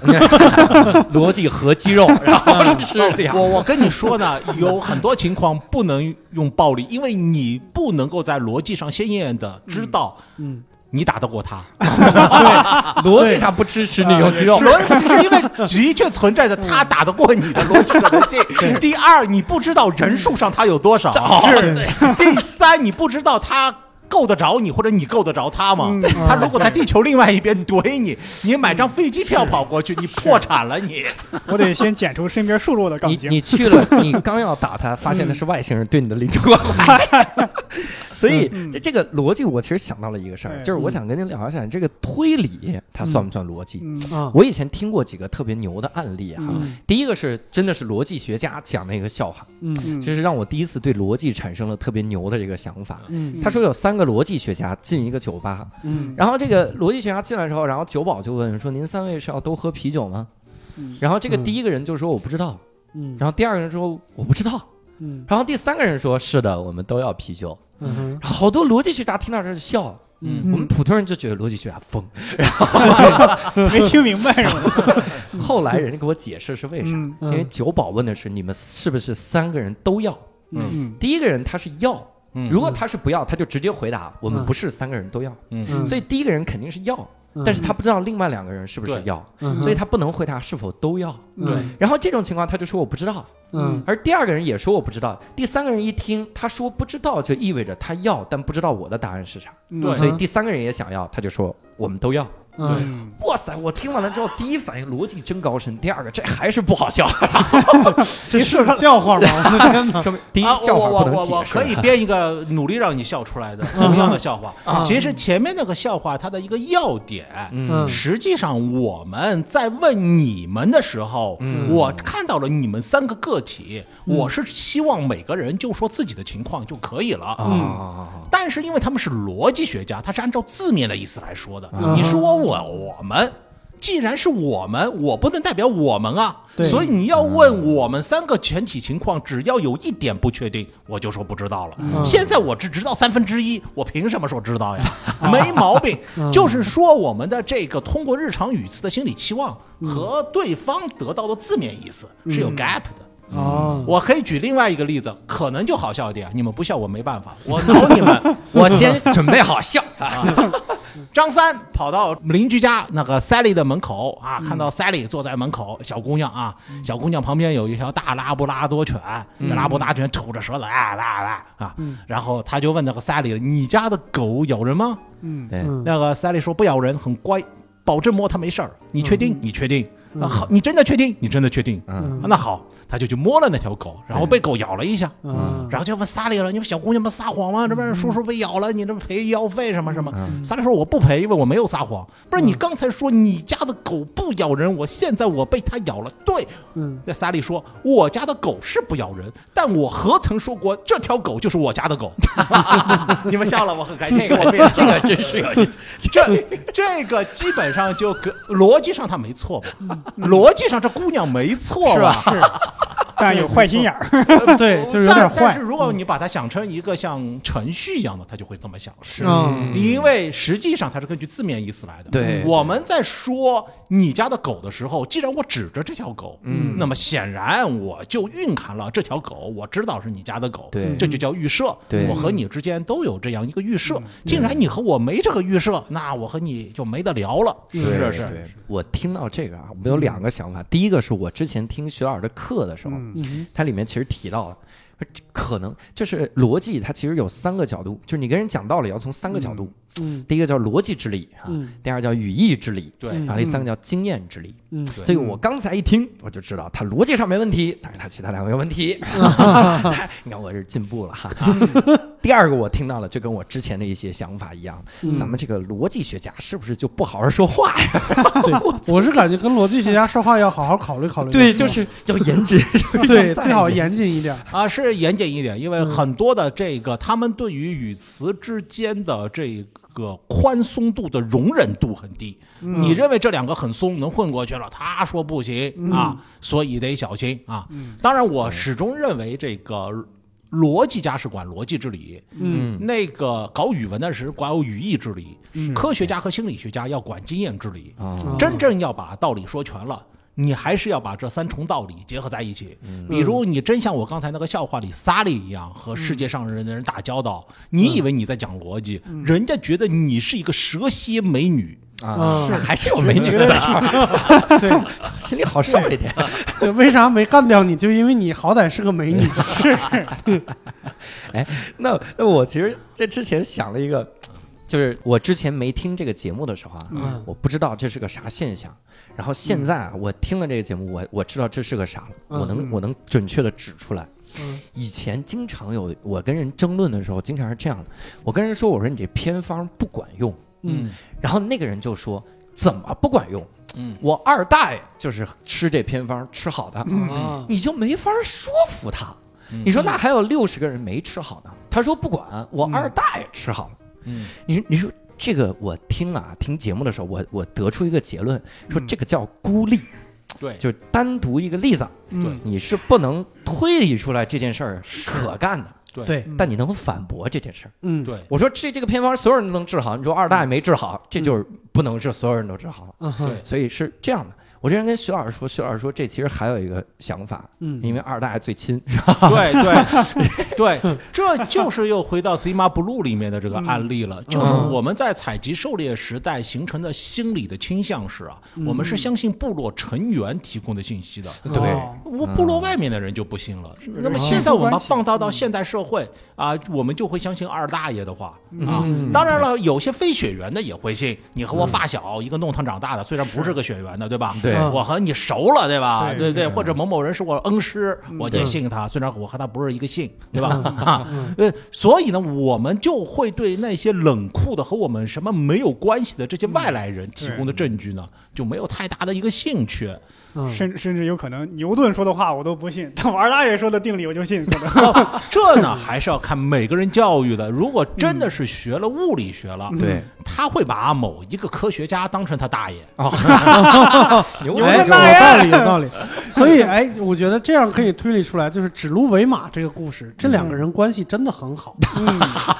逻辑和肌肉，然后是这样
我我跟你说呢，有很多情况不能用暴力，因为你不能够在逻辑上鲜艳的知道
嗯
你打得过他。
逻辑上不支持你用肌肉。
逻辑是因为的确存在着
嗯
他打得过你的逻辑 可能性。第二，你不知道人数上他有 多少。是。 第三，你不知道他。够得着你，或者你够得着他吗？
嗯
他如果在地球另外一边怼
嗯
你，你买张飞机票跑过去，你破产了你。
我得先剪除身边数落的啊杠
你
精。
你去了，你刚要打他，发现他是外星人对你的临终关怀， 所以
嗯
这个逻辑我其实想到了一个事儿，
哎
就是我想跟您聊一下这个推理它算不算逻辑？
嗯
啊，
我以前听过几个特别牛的案例啊，
嗯
第一个是真的是逻辑学家讲那个笑话，
嗯
嗯
这是让我第一次对逻辑产生了特别牛的这个想法。
嗯
他说有三个逻辑学家进一个酒吧，
嗯
然后这个逻辑学家进来之后，然后酒保就问说：“您三位是要都喝啤酒吗
嗯？”
然后这个第一个人就说：“我不知道。”
嗯
然后第二个人说：“我不知道。
嗯”
然后第三个人说：“是的，我们都要啤酒。
嗯哼”
好多逻辑学家听到这就笑了。
嗯
嗯
我们普通人就觉得逻辑学家疯，
没听明白是吗？
后来人家给我解释是为啥，
嗯
因为酒保问的是你们是不是三个人都要，
嗯
第一个人他是要，
嗯
如果他是不要，他就直接回答我们
嗯
不是三个人都要，
嗯
所以第一个人肯定是要，但是他不知道另外两个人是不是
对
要，
嗯
所以他不能回答是否都要。
嗯
然后这种情况他就说我不知道，
嗯
而第二个人也说我不知道，第三个人一听他说不知道，就意味着他要，但不知道我的答案是啥，
嗯
对
所以第三个人也想要，他就说我们都要。
嗯
嗯
哇塞！我听完了之后，第一反应逻辑真高深，第二个这还是不好 笑，
这是个笑话吗？ 我的天哪！
说明第一
啊，
笑
我
话
我
不能
我
解
我
释。
可以编一个努力让你笑 出来的同样的笑话。
啊
其实前面那个笑话它的一个要点，
嗯
嗯
实际上我们在问你们的时候，
嗯
我看到了你们三个个体，
嗯
我是希望每个人就说自己的情况就可以了。
嗯
啊，
但是因为他们是逻辑学家，他是按照字面的意思来说的。
嗯
你说我我们，既然是我们，我不能代表我们啊。
对
所以你要问我们三个全体情况，只要有一点不确定，我就说不知道了。
嗯
现在我只知道三分之一，我凭什么说知道呀？没毛病
嗯，
就是说我们的这个通过日常语词的心理期望
嗯
和对方得到的字面意思是有 gap 的。
哦，
我可以举另外一个例子，可能就好笑一点。你们不笑我没办法，我挠你们。
我先准备好笑。
张三跑到邻居家那
嗯
个 Sally 的门口啊，看到 Sally 坐在门口，小姑娘啊，
嗯
小姑娘旁边有一条大拉布拉多犬，这拉布拉犬吐着舌头，啊哇哇啊，
嗯
然后他就问那个 Sally：“ 你家的狗咬人吗
嗯
对，
嗯？”
那个 Sally 说：“不咬人，很乖，保证摸它没事儿。你确定？你确定？
嗯
啊，好，你真的确定？你真的确定？
嗯
啊那好，他就去摸了那条狗，然后被狗咬了一下，
嗯
然后就问萨利了：“你们小姑娘们撒谎吗？这不是叔叔被咬了，你这赔医药费什么什么？”
嗯
萨利说：“我不赔，因为我没有撒谎。不是你刚才说你家的狗不咬人，我现在我被它咬了。对，
嗯
那萨利说我家的狗是不咬人，但我何曾说过这条狗就是我家的狗？你们笑了，我很开心。
这个
我们也
这个真是有意思。
这这个基本上就可逻辑上他没错吧？逻辑上这姑娘没错
是吧？
吧？
是， 但有坏心眼儿。
嗯对，就是有点
哦但但
坏
是。如果你把它想成一个像程序一样的，他就会这么想。是
嗯
因为实际上它是根据字面意思来的。
对
嗯我们在说你家的狗的时候，既然我指着这条狗，
嗯
那么显然我就蕴含了这条狗，我知道是你家的狗，
对
这就叫预设。
对嗯
我和你之间都有这样一个预设，既然你和我没这个预设，那我和你就没得聊了，是嗯
对
不
对
是？
我听到这个啊，我有两个想法。第一个是我之前听徐老师的课的时候，
嗯
嗯
它里面其实提到了。可能就是逻辑，它其实有三个角度，就是你跟人讲道理要从三个角度。
嗯
第一个叫逻辑之力啊，
嗯
第二叫语义之力，
对
嗯
啊然后第三个叫经验之力。
嗯，
对
所以我刚才一听，我就知道他逻辑上没问题，但是他其他两个有问 题。你看我是进步了哈。第二个我听到了，就跟我之前的一些想法一样，
嗯
咱们这个逻辑学家是不是就不好好说话呀？
对，我是感觉跟逻辑学家说话要好好考虑考虑。
对， 就是要严谨，
对，最好严谨一点。
啊，是严谨一点，因为
嗯
很多的这个他们对于语词之间的这个宽松度的容忍度很低。
嗯
你认为这两个很松能混过去了，他说不行、
嗯
啊，所以得小心啊。当然，我始终认为这个逻辑家是管逻辑之理，
嗯
嗯
那个搞语文的是管语义之理，
嗯
科学家和心理学家要管经验之理。
啊
哦
真正要把道理说全了。你还是要把这三重道理结合在一起，比如你真像我刚才那个笑话里萨利一样，和世界上人的人打交道，你以为你在讲逻辑，人家觉得你是一个蛇蝎美女，
啊，
是
还是有美女在 这儿，
嗯对，
心里好受一点。
就为啥没干掉你？就因为你好歹是个美女。
那那我其实这之前想了一个，就是我之前没听这个节目的时候啊，
嗯
我不知道这是个啥现象。然后现在啊，我听了这个节目，我我知道这是个啥了，
嗯
我能
嗯
我能准确的指出来。
嗯
以前经常有我跟人争论的时候，经常是这样的，我跟人说我说你这偏方不管用，
嗯
然后那个人就说怎么不管用？
嗯，
我二大爷就是吃这偏方吃好的，
嗯哦
啊
你就没法说服他。
嗯
你说那还有六十个人没吃好呢？他说不管，我二大爷吃好了。
嗯，
你你说这个我听啊，听节目的时候，我我得出一个结论，说这个叫孤立，
对，
就是单独一个例子，
嗯
你是不能推理出来这件事儿可干的，
对
嗯
但你能反驳这件事儿。
嗯
对，
我说这这个偏方所有人都能治好，你说二大爷没治好，这就是不能是所有人都治好了。
嗯哼
对
所以是这样的，我之前跟徐老师说，徐老师说这其实还有一个想法，
嗯
因为二大爷最亲，
对对 对，这就是又回到《Zima Blue》里面的这个案例了。就是我们在采集狩猎时代形成的心理的倾向是啊，我们是相信部落成员提供的信息的。
对
哦
我
嗯
部落外面的人就不信了。那么
是
现在我们
关系嗯
放大到现代社会啊，我们就会相信二大爷的话啊
嗯。
当然了，有些非血缘的也会信。你和我发小一个弄堂长大的，虽然不是个血缘的，对吧？
对
我和你熟了，对吧？
嗯对
对
对嗯
或者某某人是我恩师，我也
对
信他，虽然我和他不是一个姓，对吧？哈，呃，所以呢，我们就会对那些冷酷的和我们什么没有关系的这些外来人提供的证据呢，就没有太大的一个兴趣。
嗯
甚甚至有可能牛顿说的话我都不信，但我二大爷说的定理我就信，可能
哦这呢还是要看每个人教育的。如果真的是学了物理学了，
嗯
对，
他会把某一个科学家当成他大爷。
牛
我
哎，
的
有
妈呀
道理，有道理。所以，哎，我觉得这样可以推理出来，就是指鹿为马这个故事，这两个人关系真的很好。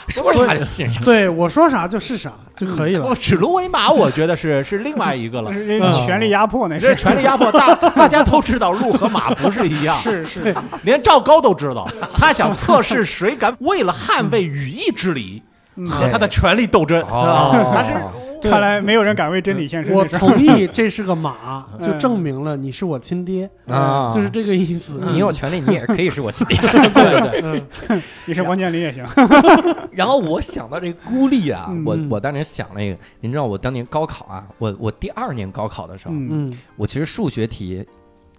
说啥就 信啥。
对我说啥就是啥就可以了
哦，。指鹿为马，我觉得是是另外一个了
那。 是人权力压迫那
这
是
权力压迫大， 大家都知道鹿和马不是一样，
是是，
连赵高都知道。他想测试谁敢为了捍卫羽翼之理
嗯
和他的权力 斗争。
哦，
但是
对
看来没有人敢为真理献身。
我
这事儿
同意这是个马，
嗯
就证明了你是我亲爹，
啊，
就是这个意思。嗯
你有权利，你也可以是我亲爹。
对对，
你是王健林也行。
然后我想到这个孤立啊，
嗯
我我当年想了一个，您知道我当年高考啊，我我第二年高考的时候，
嗯
嗯
我其实数学题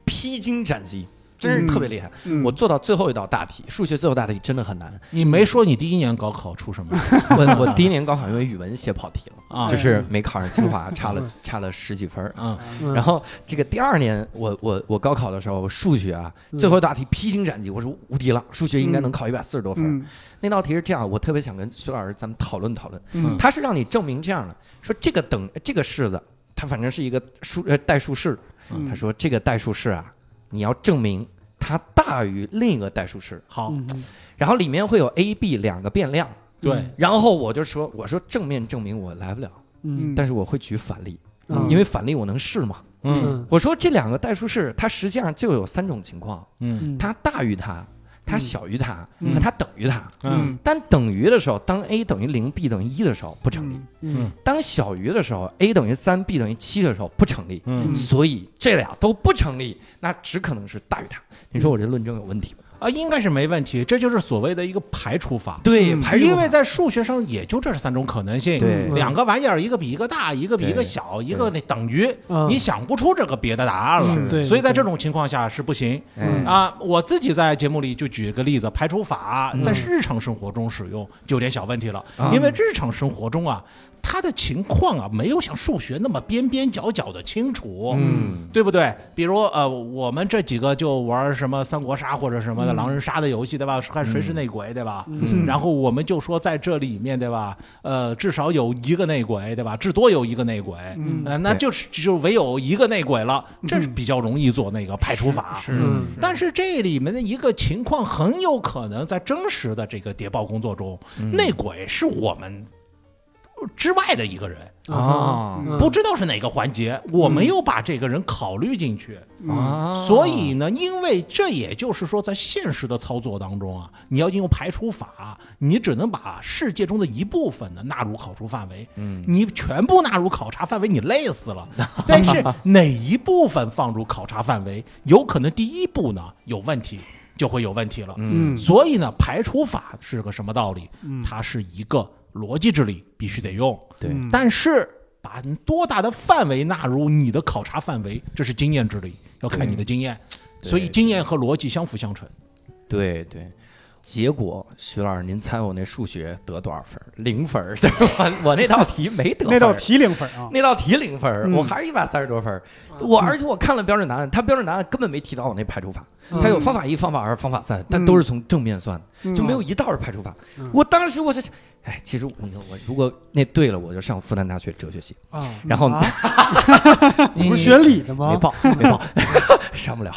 披荆斩棘，真是特别厉害。
嗯，
我做到最后一道大题，数学最后大题真的很难。
你没说你第一年高考出什么
我我第一年高考因为语文写跑题了，
啊
就？是没考上清华，差了差了十几分儿。啊
嗯，
嗯，
然后这个第二年，我我我高考的时候，我数学啊
嗯
最后一道题披荆斩棘，我说无敌了，数学应该能考一百四十多分儿。
嗯
那道题是这样，我特别想跟徐老师咱们讨论讨论。
嗯
他是让你证明这样的，说这个等这个式子，它反正是一个数呃代数式，
嗯
他说这个代数式啊，你要证明它大于另一个代数式，
好，
嗯嗯
然后里面会有 a、b 两个变量。
对，
然后我就说，我说正面证明我来不了，
嗯
嗯
但是我会举反例，
嗯
因为反例我能试嘛。
嗯
嗯
我说这两个代数式，它实际上就有三种情况：
嗯
嗯
它大于它，它
嗯
小于它
嗯
和它等于它。
嗯
嗯
当等于的时候，当 a 等于零，b 等于一的时候不成立；
嗯
当小于的时候，a 等于三，b 等于七的时候不成立。
嗯
嗯
所以这俩都不成立，那只可能是大于它。你说我这论证有问题吗？
啊，应该是没问题。这就是所谓的一个排除法。
对，
嗯
排除嗯
因为
法
在数学上也就这三种可能性，
对
两个玩意儿，一个比一个大，一个比一个
对
小，一个那等于，
嗯
你想不出这个别的答案了。
对，
所以在这
对
种情况下是不行
嗯
哎
啊！我自己在节目里就举一个例子，排除法在日常生活中使用就有点小问题了，
嗯啊
因为日常生活中啊，它的情况啊没有像数学那么边边角角的清楚。
嗯
对不对？比如呃，我们这几个就玩什么三国杀或者什么的狼人杀的游戏，对吧？看谁是内鬼，对吧？
嗯
然后我们就说在这里面，对吧？呃，至少有一个内鬼，对吧？至多有一个内鬼，
嗯
呃，那
对
就是就唯有一个内鬼了，这是比较容易做那个排除法。
是
嗯
但是这里面的一个情况很有可能在真实的这个谍报工作中，内鬼是我们之外的一个人，
啊
嗯
不知道是哪个环节，我没有把这个人考虑进去。
嗯
啊，
所以呢，因为这也就是说，在现实的操作当中啊，你要应用排除法，你只能把世界中的一部分呢纳入考察范围，
嗯
你全部纳入考察范围，你累死了。但是哪一部分放入考察范围，有可能第一步呢有问题，就会有问题了。
嗯
所以呢，排除法是个什么道理？
嗯
它是一个逻辑之力，必须得用。
对
嗯
但是把多大的范围纳入你的考察范围，这是经验之力，要看你的经验。
对
所以经验和逻辑相辅相成。
对对。结果，徐老师，您猜我那数学得多少分儿？零分儿， 就是我我那道题没得分儿。
那道题零分啊，
那道题零分儿，
嗯
我还是一百三十多分儿。我而且我看了标准答案，它标准答案根本没提到我那排除法，它有方法一、方法二、方法三，但都是从正面算的，
嗯
就没有一道是排除法
嗯。
我当时我就想，哎，其实你看我如果那对了，我就上复旦大学哲学系，
啊，
然后
啊 你不是学理的
没
吗？
报没报， 上 不了。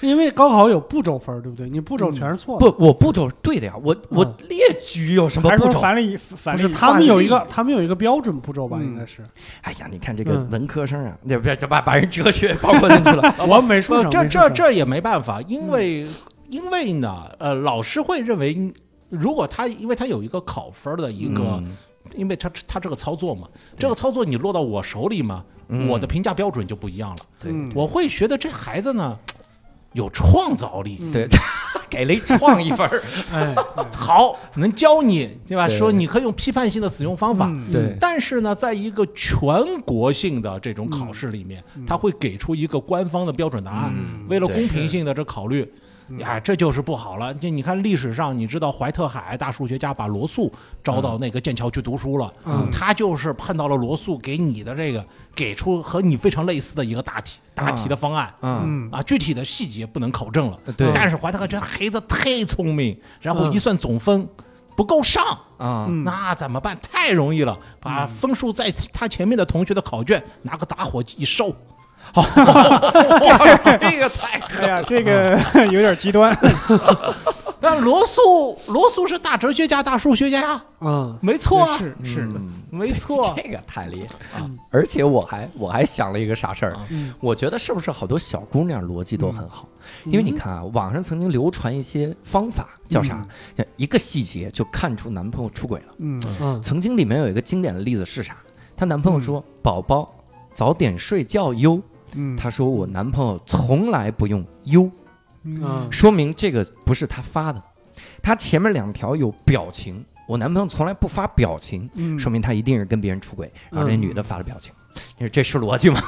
因为高考有步骤分儿，对不对？你步骤全是错的。
不，我步骤是对的呀，我我
嗯
列举有什么
还是
步
说
骤？
反例反
不
例
是，他们有一
范
个，他们有一个标准步骤吧，
嗯
应该是。
哎呀，你看这个
嗯
文科生啊， 那不是把把人哲学包括进去了。
我美术生，
这
美术
这
生，
这也没办法，因为、因为呢，呃，老师会认为，如果他因为他有一个考分的一个，
嗯
因为他他这个操作嘛，
对
这个操作你落到我手里嘛，
嗯
我的评价标准就不一样了。
对
嗯
我会觉得这孩子呢有创造力，
嗯
对， 给了一创意分儿。
哎，
好，能教你，对吧？
对
说你可以用批判性的使用方法，
嗯
对
但是呢，在一个全国性的这种考试里面，他会给出一个官方的标准答案。
嗯
为了
对
公平性的这考虑，哎
嗯
呀，这就是不好了。就你看历史上，你知道怀特海大数学家把罗素招到那个剑桥去读书了，
嗯
他就是碰到了罗素给你的这个给出和你非常类似的一个大题大题的方案。
嗯，
嗯
啊，具体的细节不能考证了，
对
但是怀特海觉得孩子太聪明，然后
嗯
一算总分不够上，
啊，
嗯
那怎么办？太容易了，把分数在他前面的同学的考卷拿个打火机一烧，
这个太
哎呀，这个 有点极端，
但罗素，罗素是大哲学家、大数学家呀，
嗯，
没错啊，
是是
嗯，
没 错。啊
这个太厉害了啊
嗯！
而且我还我还想了一个啥事儿
啊
嗯，
我觉得是不是好多小姑娘逻辑都很好？因为你看啊，网上曾经流传一些方法，叫啥？叫一个细节就看出男朋友出轨了。
嗯
嗯，
曾经里面有一个经典的例子是啥？她男朋友说：“宝宝，早点睡觉哟。”
嗯，
她说：“我男朋友从来不用哟。”
嗯
说明这个不是她发的，她前面两条有表情，我男朋友从来不发表情。
嗯
说明他一定是跟别人出轨。然后这
嗯
女的发了表情，你说这是逻辑吗？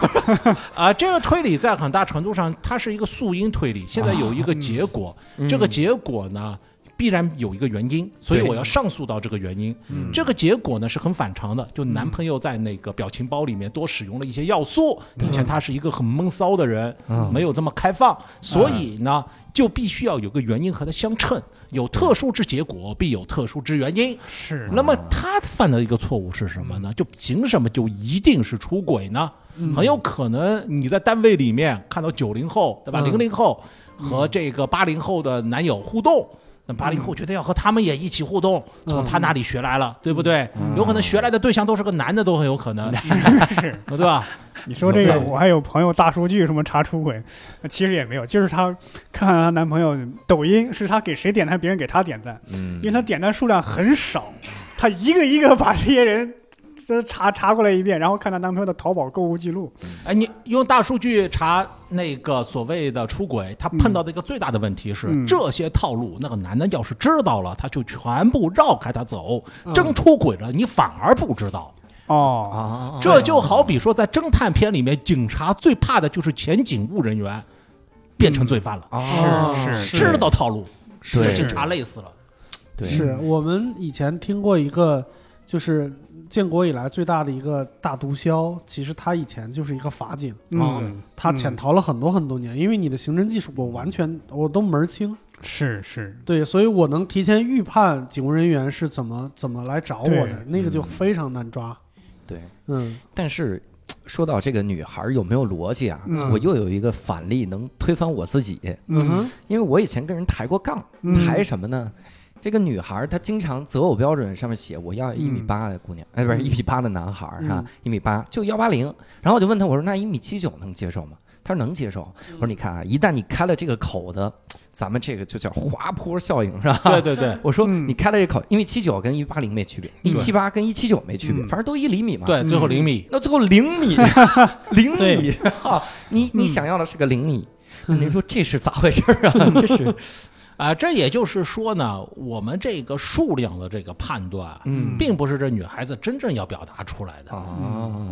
啊，这个推理在很大程度上，它是一个素因推理。现在有
啊
一个
嗯
结果，这个结果呢，必然有一个原因，所以
对
我要上诉到这个原因。
嗯
这个结果呢是很反常的，就男朋友在那个表情包里面多使用了一些要素。
嗯
以前他是一个很闷骚的人，
嗯
没有这么开放，所以呢就必须要有个原因和他相称。有特殊之结果，必有特殊之原因。
是
那么他犯的一个错误是什么
嗯
呢？就凭什么就一定是出轨呢？很有可能你在单位里面看到九零后，对吧？
嗯
零零后和这个八零后的男友互动。那八零后觉得要和他们也一起互动，
嗯
从他那里学来了，对不对？有可能学来的对象都是个男的，都很有可
嗯
能，
是，
对吧？
你说这个，
嗯对
我还有朋友大数据什么查出轨，其实也没有，就是她看看她男朋友抖音是她给谁点赞，别人给她点赞，
嗯
因为她点赞数量很少，她一个一个把这些人这查查过来一遍，然后看她男朋友的淘宝购物记录。
哎，你用大数据查那个所谓的出轨，他碰到的一个最大的问题是，
嗯
这些套路那个男的要是知道了，他就全部绕开他走。
嗯
真出轨了，你反而不知道。
哦，
啊
这就好比说，在侦探片里面，警察最怕的就是前警务人员变成罪犯了，
哦
是
是
知道套路，
对
这警察累死了。
对
是我们以前听过一个，就是建国以来最大的一个大毒枭，其实他以前就是一个法警，
嗯，
他潜逃了很多很多年，因为你的刑侦技术我完全我都门儿清，
是是，
对，所以我能提前预判警务人员是怎么怎么来找我的
对，
那个就非常难抓。
对。
嗯，
但是说到这个女孩有没有逻辑啊，
嗯
我又有一个反例能推翻我自己，
嗯哼，
因为我以前跟人抬过杠，
嗯
抬什么呢？这个女孩她经常择偶标准上面写我要一米八的姑娘，哎，不是一米八的男孩儿哈
嗯，
一米八就幺八零。然后我就问她，我说那一米七九能接受吗？她说能接受。我说你看啊，一旦你开了这个口子，咱们这个就叫滑坡效应是吧？
对对对
我说
嗯
你开了这口，因为七九跟一八零没区别，一七八跟一七九没区别，
嗯
反正都一厘米嘛。
对，最后零米，
那最后零米，零米
对
哈，你你想要的是个零米，那您说这是咋回事儿啊？这是
啊、这也就是说呢，我们这个数量的这个判断，
嗯
并不是这女孩子真正要表达出来的。
啊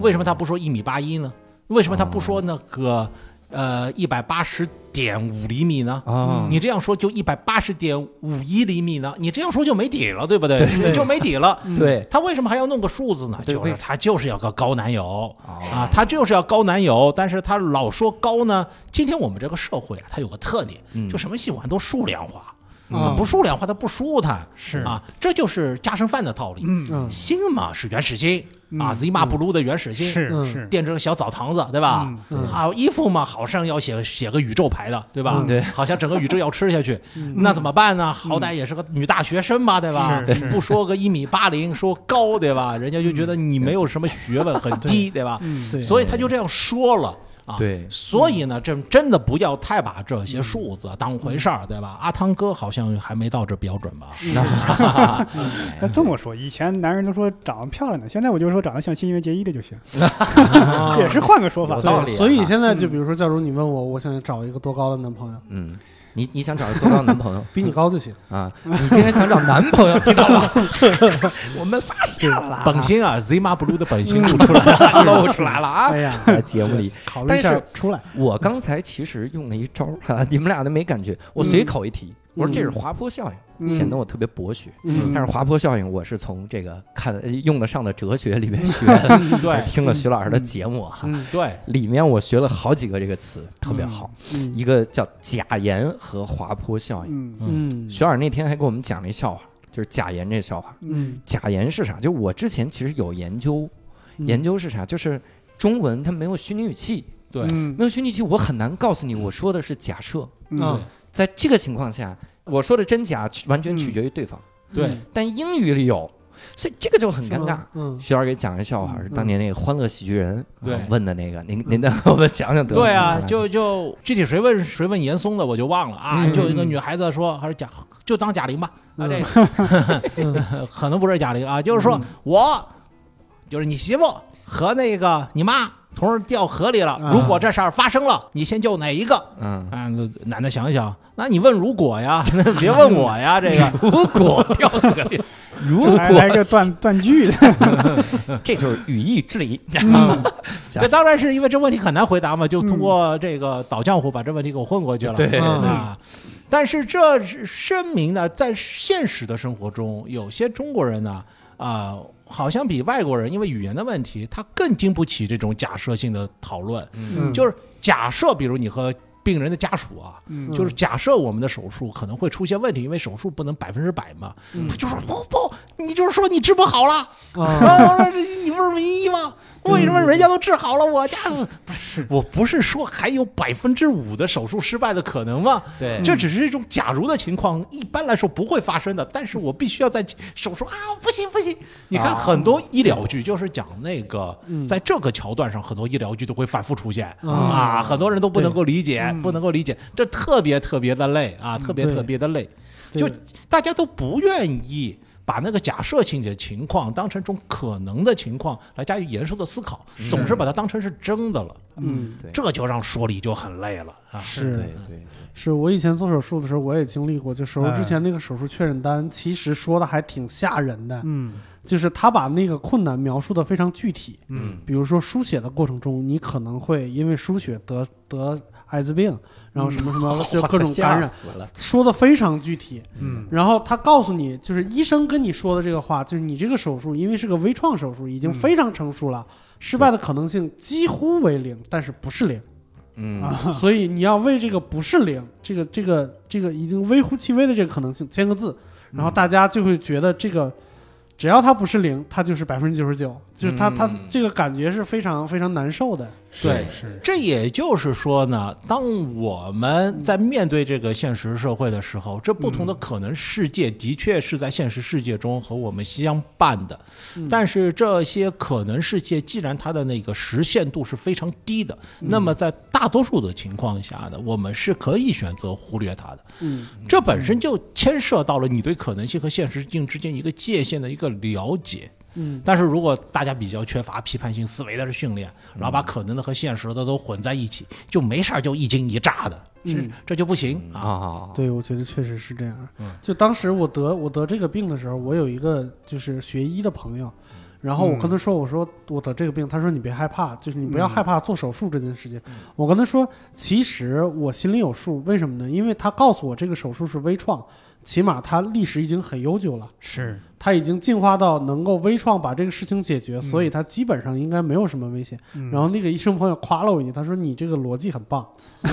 为什么她不说一米八一呢？为什么她不说那个呃一百八十点五厘米呢？
啊？
你这样说就一百八十点五一厘米呢？你这样说就没底了，对不对？
对
就没底了。
对
她为什么还要弄个数字呢？
对
就是
为
她就是要个高男友
啊，
啊，她就是要高男友，但是她老说高呢。今天我们这个社会啊，它有个特点，
嗯
就什么喜欢都数量化。
啊
不数量化它不舒坦
是，
啊，这就是加生饭的道理。
嗯，
嗯
星嘛是原始星啊
嗯
，Z 嘛不撸的原始星，
是
嗯
是，
垫着个小澡堂子，对吧？
嗯
嗯
好衣服嘛，好像要写写个宇宙牌的，对吧？
嗯
对
好像整个宇宙要吃下去，那怎么办呢？好歹也是个女大学生吧，对吧？
是是
不说个一米八零，说高，对吧？人家就觉得你没有什么学问，很低，对吧？
嗯，对，
所以他就这样说了啊。
对
所以呢，这真的不要太把这些数字当回事儿，对吧？阿汤哥好像还没到这标准吧？
那这么说，以前男人都说长得漂亮的，现在我就说长得像新垣结衣的就 行，也是换个说法
有。道理啊
所以现在就比如说，假如你问我，我想找一个多高的男朋友，
嗯，你你想找多高男朋友
比你高就行。
啊？你竟然想找男朋友，听到了吗？ 我们发现了，
本心啊，Zima Blue 的本心露出来了。
露出来了啊！
哎呀，
在节目里，
考虑
但
一下
是
出来。
我刚才其实用了一招啊， 你们俩都没感觉，我随口一提，我说这是滑坡效应，
嗯
显得我特别博学。
嗯
但是滑坡效应，我是从这个看呃用得上的哲学里 面学的，
对
听了徐老师的节目哈，
嗯
对，
里面我学了好几个这个词，特别好，
嗯
一个叫假盐和滑坡效应。
嗯
嗯
徐老师那天还给我们讲了一笑话，就是假盐这笑话。
嗯
假盐是啥？就我之前其实有研究，
嗯
研究是啥？就是中文它没有虚拟语气，
对
嗯
没有虚拟语气，我很难告诉你我说的是假设。
啊
嗯
在这个情况下，我说的真假完全
嗯
取决于对方，
嗯
对，
但英语里有，所以这个就很尴尬。。
嗯
徐老师给讲一个笑话，是当年那个《欢乐喜剧人》
对
啊问的 那个，您您再给我们讲讲得了。
对啊，就就具体谁问谁问严嵩的我就忘了啊，
嗯
就一个女孩子说还是贾，就当贾玲吧，
嗯
啊这 个嗯可能不是贾玲啊，就是说我就是你媳妇和那个你妈同时掉河里了，
啊
如果这事儿发生了，你先救哪一个？
嗯，
啊，那男的想一想，那你问如果呀， 别问我 呀，这个
如果掉河里，如
还来个 断断句的，
这就是语义质疑。
这当然是因为这问题很难回答嘛，就通过这个倒浆糊把这问题给我混过去了。
对
嗯
啊，但是这是声明呢，在现实的生活中，有些中国人呢，啊、好像比外国人因为语言的问题，他更经不起这种假设性的讨论。
嗯
就是假设，比如你和病人的家属啊，
嗯
就是假设我们的手术可能会出现问题，因为手术不能百分之百嘛。他就说不不，你就是说你治不好了。
啊，
啊，我说这你不是名医吗？为什么人家都治好了，我家不是？我不是说还有百分之五的手术失败的可能吗？
对
这只是一种假如的情况，一般来说不会发生的。但是我必须要在手术啊，不行不行！你看很多医疗剧就是讲那个，在这个桥段上，很多医疗剧都会反复出现
嗯
啊，很多人都不能
对
够理解，不能够理解，这特别特别的累啊，特别
对
特别的累。
对
就大家都不愿意把那个假设性的情况当成一种可能的情况来加以严肃的思考，
是
总是把它当成是真的了，
嗯，
对
这就让说理就很累了啊。
对
是
对
是我以前做手术的时候，我也经历过，就手术之
哎
前那个手术确认单，其实说的还挺吓人的，
嗯
就是他把那个困难描述的非常具体，
嗯
比如说输血的过程中，你可能会因为输血得得艾滋病，然后什么什
嗯
么就各种感染，
死了，
说的非常具体。
嗯
然后他告诉你，就是医生跟你说的这个话，就是你这个手术因为是个微创手术，已经非常成熟了，失败的可能性几乎为零，但是不是零，
嗯
啊
所以你要为这个不是零，这个这个这个已经微乎其微的这个可能性签个字，然后大家就会觉得这个。只要它不是零，它就是百分之九十九，就是它、它
嗯
这个感觉是非常非常难受的。
对
是
这也就是说呢，当我们在面对这个现实社会的时候，这不同的可能世界的确是在现实世界中和我们相伴的，
嗯
但是这些可能世界既然它的那个实现度是非常低的，那么在大多数的情况下呢，我们是可以选择忽略它的。
嗯，
这本身就牵涉到了你对可能性和现实性之间一个界限的一个了解。
嗯，
但是如果大家比较缺乏批判性思维的训练，
嗯
然后把可能的和现实的都混在一起，就没事儿就一惊一乍的，这、
嗯
这就不行啊。
啊，
对，我觉得确实是这样。
嗯
就当时我得我得这个病的时候，我有一个就是学医的朋友，然后我跟他说，我说我得这个病，他说你别害怕，就是你不要害怕做手术这件事情。我跟他说，其实我心里有数，为什么呢？因为他告诉我这个手术是微创，起码它历史已经很悠久了。
是，
它已经进化到能够微创把这个事情解决，所以它基本上应该没有什么危险。
嗯
然后那个医生朋友夸了我一句，他说：“你这个逻辑很棒。”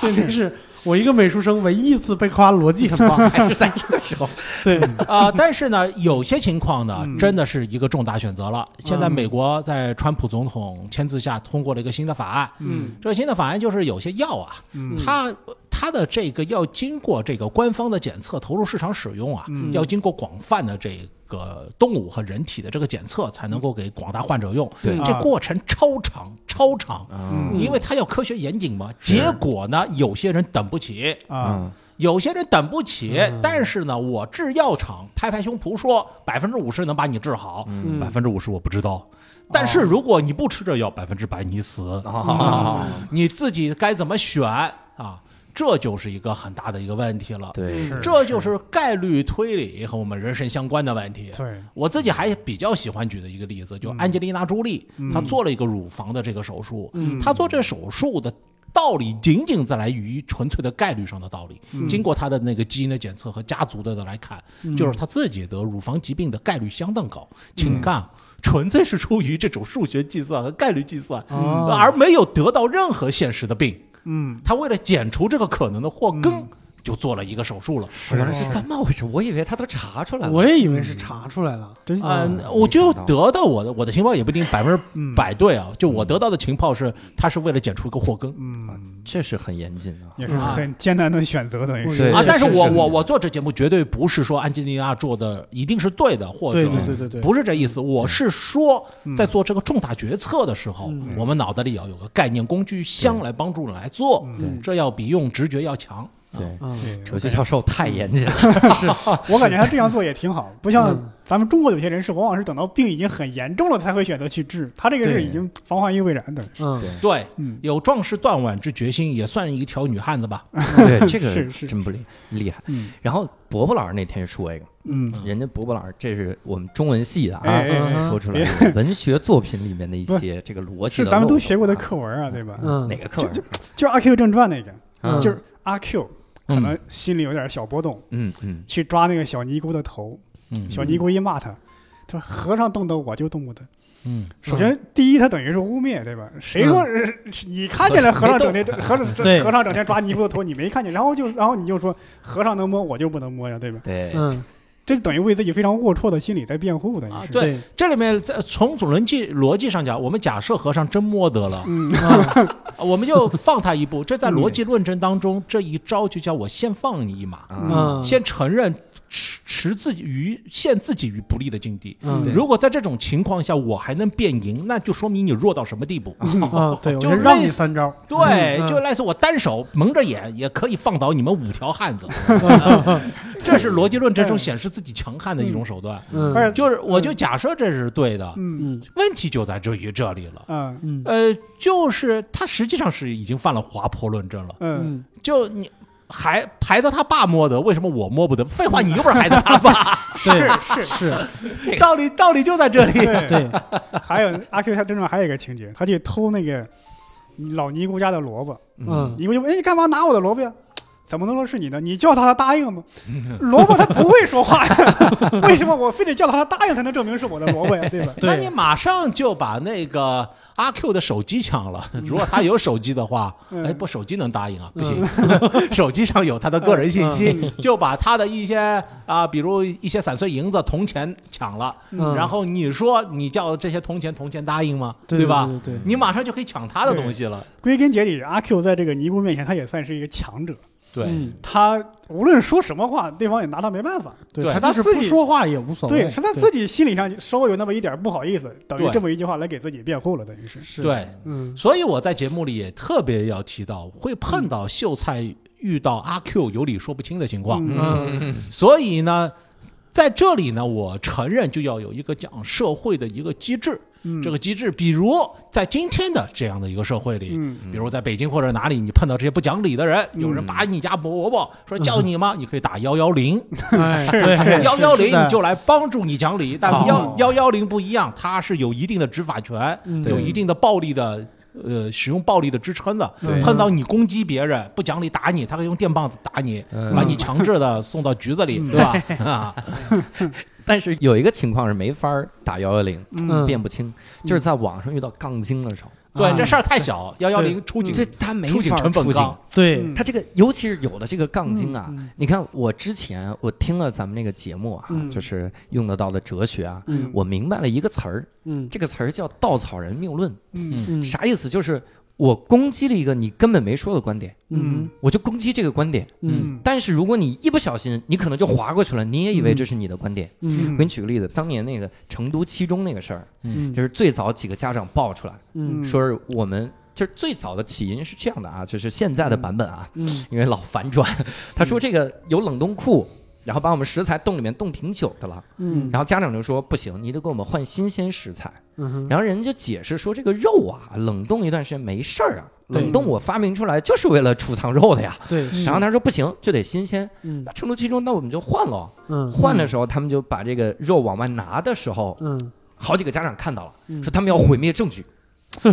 这真是我一个美术生唯一一次被夸逻辑很棒。
还是在这个时候，
对，
啊、但是呢，有些情况呢，
嗯
真的是一个重大选择了。现
嗯
在美国在川普总统签字下通过了一个新的法案，
嗯
这个新的法案就是有些药啊，
嗯
它它的这个要经过这个官方的检测，投入市场使用啊，
嗯
要经过广泛的这个动物和人体的这个检测，才能够给广大患者用。
对
啊
这过程超长超长，
嗯
啊
因为它要科学严谨嘛。结果呢，有些人等不起，
啊，
嗯
有些人等不起，
嗯
但是呢，我制药厂拍拍胸脯说百分之五十能把你治好，
嗯
百分之五十我不知道。但
哦
是如果你不吃这药，百分之百你死，
啊，
你自己该怎么选啊？这就是一个很大的一个问题了。
对，
是
这就是概率推理和我们人生相关的问题。
对，
我自己还比较喜欢举的一个例子，就安吉丽娜·朱莉，她做了一个乳房的这个手术，她做这手术的。道理仅仅在来于纯粹的概率上的道理，经过她的那个基因的检测和家族的来看，就是她自己得乳房疾病的概率相当高。请看，纯粹是出于这种数学计算和概率计算，
哦
而没有得到任何现实的病。
嗯
她为了减除这个可能的祸根，就做了一个手术了。
原来是这么回事，我以为他都查出来了，
我也以为是查出来了。
真
嗯，
嗯
我就
没想到
得到我的我的情报也不一定百分之
嗯
百对啊，就我得到的情报是，他是为了剪除一个祸根
嗯，
这是很严谨啊，
也是很艰难的选择，等于嗯是嗯
对
啊。但是
是
我
是
我我做这节目绝对不是说安吉丽娜做的一定是对的，或
对
者
对对对对，
不是这意思，我是说
嗯
在做这个重大决策的时候
嗯，
我们脑袋里要有个概念工具箱来帮助我们来做，
嗯
这要比用直觉要强。
对，
嗯
对
哲学教授太严谨了，
我感觉他这样做也挺 好，不像
嗯
咱们中国有些人是往往是等到病已经很严重了才会选择去治，他这个是
对
已经防患于未然的。
嗯
对
对，
嗯，
有壮士断腕之决心，也算一条女汉子吧。
对，这个
是是
真不厉厉害。
嗯
然后伯伯老师那天说一个，
嗯，
人家伯伯老师这是我们中文系的啊，
哎哎
哎
说出来的文学作品里面的一些这个逻辑
是
的
咱们都
漏洞
学过的
啊
课文啊，对吧？
嗯
哪个课啊文？
就是《阿 Q 正传》那个，
嗯
就是阿 Q 可能心里有点小波动，
嗯嗯，
去抓那个小尼姑的头，
嗯
小尼姑一骂他，他说和尚动的我就动不得。
嗯，
首先，第一，他等于是污蔑，对吧？谁说、呃是你看见了和尚整天和尚
对
和尚整天抓尼姑的头，你没看见？然后就然后你就说和尚能摸我就不能摸呀，对吧？
对，
嗯
这等于为自己非常龌龊的心理在辩护的，
啊
也是。
对
对
这里面在从总逻辑逻辑上讲，我们假设和尚真摸得了，
嗯，
啊
我们就放他一步。这在逻辑论证当中，这一招就叫我先放你一马，
啊
嗯
先承认持持自己于陷自己于不利的境地。
嗯
对
如果在这种情况下我还能变赢，那就说明你弱到什么地步。
啊，对，我就
就
让
类
你
似
三招，
对，
嗯
就类似我单手蒙着眼也可以放倒你们五条 汉子，嗯这是逻辑论这种显示自己强悍的一种手段。
嗯
而且
就是我就假设这是对的，
嗯
嗯
问题就在这于这里了。
嗯
嗯
呃，就是他实际上是已经犯了滑坡论证了。
嗯，
嗯，
就你孩孩子他爸摸得，为什么我摸不得？废话，你又不是孩子 他爸，
对，是是，
道理道理就在这 里。
对，
对，
还有阿 Q 他身上还有一个情节，他去偷那个老尼姑家的萝卜，
嗯
尼姑就问：“哎，你干嘛拿我的萝卜呀？”怎么能说是你呢？你叫他，他答应吗？ 萝卜他不会说话呀， 为什么我非得叫他，他答应才能证明是我的萝卜呀？对吧？
那
对
你马上就把那个阿 Q 的手机抢了。
嗯
如果他有手机的话，
嗯
哎，不，手机能答应啊？不行，
嗯
手机上有他的个人信息，就把他的一些啊，比如一些散碎银子、铜钱抢了。
嗯
然后你说你叫这些铜钱，铜钱答应吗？
对
对吧？？
对，
你马上就可以抢他的东西了。
归根结底，阿 Q 在这个尼姑面前，他也算是一个强者。
对
嗯
他无论说什么话，对方也拿他没办法。
对，
对
他
他
就是
自
不
己
说话也无所谓，
对，是他自己心理上稍微有那么一点不好意思，等于
对
这么一句话来给自己辩护了，等于是。
是，
对，
嗯
所以我在节目里也特别要提到，会碰到秀才遇到阿 Q 有理说不清的情况。
嗯
嗯
所以呢，在这里呢，我承认就要有一个讲社会的一个机制。
嗯，
这个机制，比如在今天的这样的一个社会里，
嗯
比如在北京或者哪里，你碰到这些不讲理的人，有
嗯
人把你家伯伯说叫你吗？你可以打幺幺零，
哎，对，是
幺幺零
是的
你就来帮助你讲理。但幺
哦
幺幺零不一样，它是有一定的执法权，
嗯
有一定的暴力的呃使用暴力的支撑的。
嗯
对嗯
碰到你攻击别人、不讲理打你，他可以用电棒子打你，
嗯
啊
把你强制的送到局子里，对吧？啊，
但是有一个情况是没法儿打幺幺零，
嗯
辨不清，就是在网上遇到杠精的时候，
对
啊，
这事儿太小，幺幺零出警
这他没
出警
法儿
成本
出警
高。
嗯
对，
他这个，尤其是有了这个杠精啊，
嗯
你看我之前我听了咱们那个节目啊，
嗯
就是用得到的哲学啊，
嗯
我明白了一个词儿，
嗯
这个词儿叫稻草人谬论，
嗯
嗯
啥意思？就是我攻击了一个你根本没说的观点，
嗯
我就攻击这个观点。
嗯
嗯
但是如果你一不小心，你可能就划过去了，你也以为这是你的观点。
嗯
我给你举个例子，当年那个成都七中那个事儿，
嗯
就是最早几个家长爆出来，
嗯
说是我们就是最早的起因是这样的啊，就是现在的版本啊，
嗯
因为老反转，他说这个有冷冻库，然后把我们食材冻里面冻挺久的了，
嗯
然后家长就说不行，你得给我们换新鲜食材。
嗯
然后人家解释说这个肉啊，冷冻一段时间没事儿啊，
对
冷冻我发明出来就是为了储藏肉的呀。
对，
然后他说不行，就得新鲜。
嗯
那成都七中，那我们就换喽。
嗯
换的时候，他们就把这个肉往外拿的时候，
嗯
好几个家长看到了，
嗯
说他们要毁灭证 据，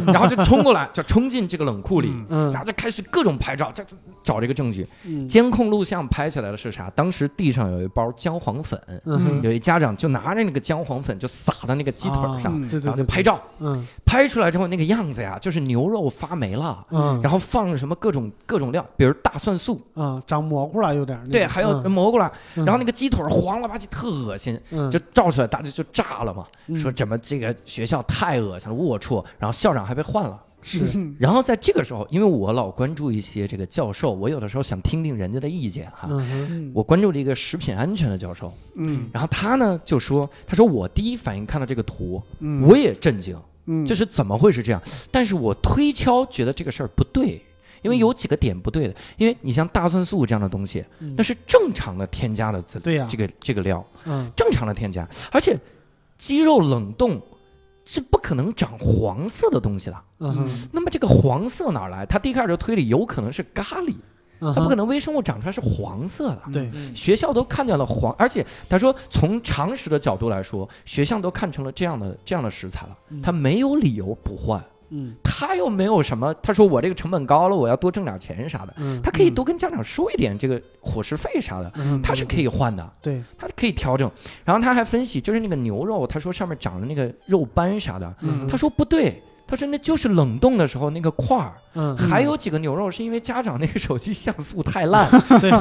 然后就冲过来，就冲进这个冷库里，
嗯
嗯
然后就开始各种拍照，就就找这个证据。
嗯
监控录像拍下来的是啥？当时地上有一包姜黄粉，
嗯
有一家长就拿着那个姜黄粉就撒到那个鸡腿儿上，
哦啊对对，
然后就拍照。
嗯
拍出来之后那个样子呀，就是牛肉发霉了，
嗯，
然后放什么各种各种料，比如大蒜素，
啊长蘑菇了有点
对，还有蘑菇啦，
嗯
然后那个鸡腿儿黄了吧唧，特恶心，
嗯
就照出来，大家就炸了嘛，
嗯
说怎么这个学校太恶心了，龌龊，然后校长还被换了。
是
嗯
然后在这个时候，因为我老关注一些这个教授，我有的时候想听听人家的意见哈。
嗯
嗯
我关注了一个食品安全的教授，
嗯
然后他呢就说：“他说我第一反应看到这个图，
嗯，
我也震惊，
嗯
就是怎么会是这样？但是我推敲觉得这个事儿不对，因为有几个点不对的。因为你像大蒜素这样的东西，
嗯
那是正常的添加的资
对呀
这个这个料
嗯
正常的添加，而且鸡肉冷冻是不可能长黄色的东西的。
嗯
那么这个黄色哪儿来？他第一开始就推理有可能是咖喱，
嗯，
它不可能微生物长出来是黄色的。
对
学校都看见了黄，而且他说从常识的角度来说，学校都看成了这样的这样的食材了，他没有理由不换。
嗯
他又没有什么，他说我这个成本高了，我要多挣点钱啥的，
嗯
他可以多跟家长说一点这个伙食费啥的，
嗯
他是可以换的，
对
他可以调整。然后他还分析，就是那个牛肉，他说上面长的那个肉斑啥的，
嗯
他说不对，他说那就是冷冻的时候那个块儿，
嗯
还有几个牛肉是因为家长那个手机像素太烂，
对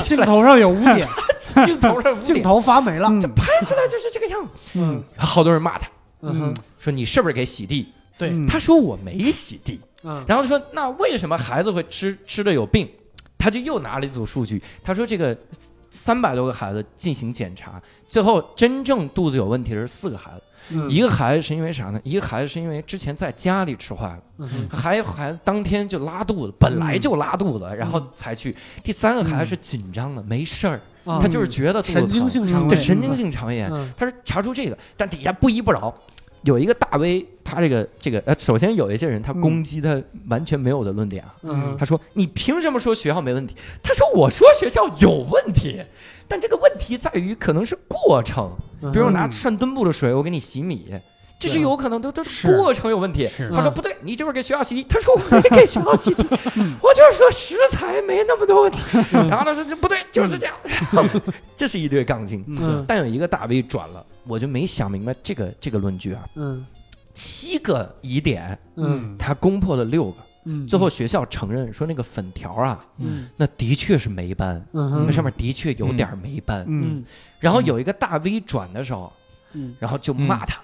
镜头上有污点，
镜头上
镜头发霉了，
嗯
这拍出来就是这个样子，
嗯
好多人骂他
嗯
说你是不是给洗地？
对
嗯
他说我没洗地。
嗯
然后说那为什么孩子会吃吃的有病？他就又拿了一组数据，他说这个三百多个孩子进行检查，最后真正肚子有问题的是四个孩子，
嗯
一个孩子是因为啥呢？一个孩子是因为之前在家里吃坏了。
嗯哼
还有孩子当天就拉肚子，本来就拉肚子，
嗯
然后才去。第三个孩子是紧张的，没事儿，
啊
他就是觉得肚子
神经
疼
性肠
对
胃，
神经性肠炎，
嗯
他是查出这个，但底下不依不饶。有一个大 V，他这个这个呃，首先有一些人他攻击他完全没有的论点啊，
嗯
他说你凭什么说学校没问题？他说我说学校有问题，但这个问题在于可能是过程，
嗯，
比如我拿涮墩布的水，我给你洗米，这是
对
有可能，都都是
是
过程有问题。
是
他说
嗯
不对，你这会儿给学校洗地，他说我没给学校洗地， 我就是说食材没那么多问题。
嗯
然后他说这不对，就是这样，然后这是一对杠精。
嗯
但有一个大 V 转了，我就没想明白这个这个论据啊，
嗯
七个疑点
嗯
他攻破了六个，
嗯，
最后学校承认说那个粉条啊，
嗯
那的确是霉斑，那
嗯哼
上面的确有点霉斑。
嗯，
嗯
然后有一个大 V 转的时候，
嗯
然后就骂他：“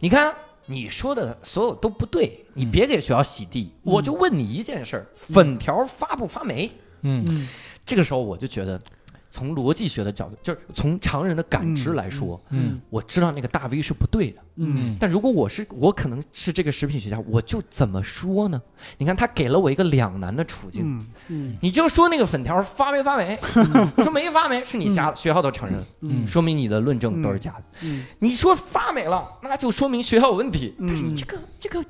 你看你说的所有都不对，你别给学校洗地。
嗯
我就问你一件事儿：粉条发不发霉？”
嗯
嗯
这个时候我就觉得，从逻辑学的角度，就是从常人的感知来说，
嗯
我知道那个大 V 是不对的。
嗯
嗯
但如果我是我，可能是这个食品学家，我就怎么说呢？你看他给了我一个两难的处境。
嗯
嗯
你就说那个粉条发没发霉，说没发霉是你瞎了，学校都承认，
嗯
说明你的论证都是假的。
嗯
你说发霉了，那就说明学校有问题。但是
嗯
你这个这个，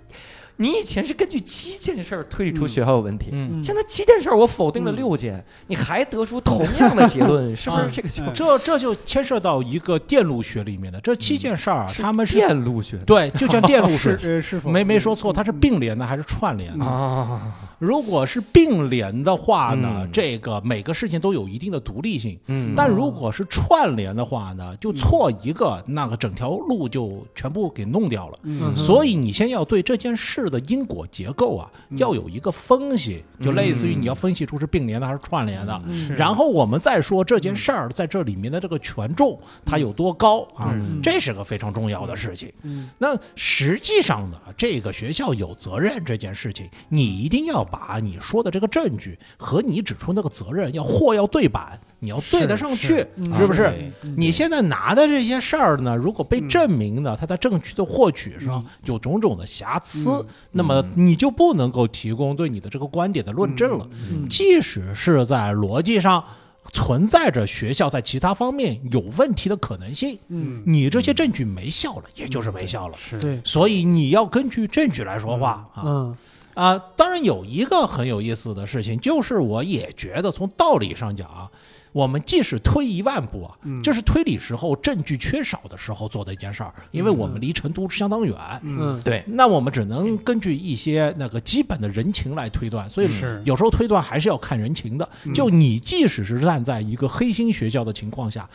你以前是根据七件事儿推理出学校有问题，
嗯，
嗯
现在七件事儿我否定了六件，你还得出同样的结论，是不是这个就
嗯
这这就牵涉到一个电路学里面的这七件事儿，啊他们是
嗯电路学的
对，就像电路
是
学。
呃是否
没没说错，它是并联的还是串联的？
啊？
如果是并联的话呢
嗯，
这个每个事情都有一定的独立性。
嗯
但如果是串联的话呢，就错一个，那个整条路就全部给弄掉了。
嗯
所以你先要对这件事的因果结构啊，要有一个分析，就类似于你要分析出是并联的还是串联的。
是
然后我们再说这件事儿在这里面的这个权重它有多高啊
嗯，
这是个非常重要的事情。
嗯
那实际上呢，这个学校有责任这件事情，你一定要把你说的这个证据和你指出那个责任要货要对版，你要对得上去，
嗯
是不是？
对
你现在拿的这些事儿呢，如果被
嗯
证明呢，它在证据的获取
嗯
上有种种的瑕疵
嗯，
那么你就不能够提供对你的这个观点的论证了。
嗯
即使是在逻辑上存在着学校在其他方面有问题的可能性，
嗯
你这些证据没效了，也就是没效了。
是
对
所以你要根据证据来说话啊。
嗯
啊，当然有一个很有意思的事情，就是我也觉得从道理上讲啊，我们即使推一万步啊，这是推理时候证据缺少的时候做的一件事儿，因为我们离成都相当远。
嗯
对，
那我们只能根据一些那个基本的人情来推断，所以
是
有时候推断还是要看人情的。就你即使是站在一个黑心学校的情况下，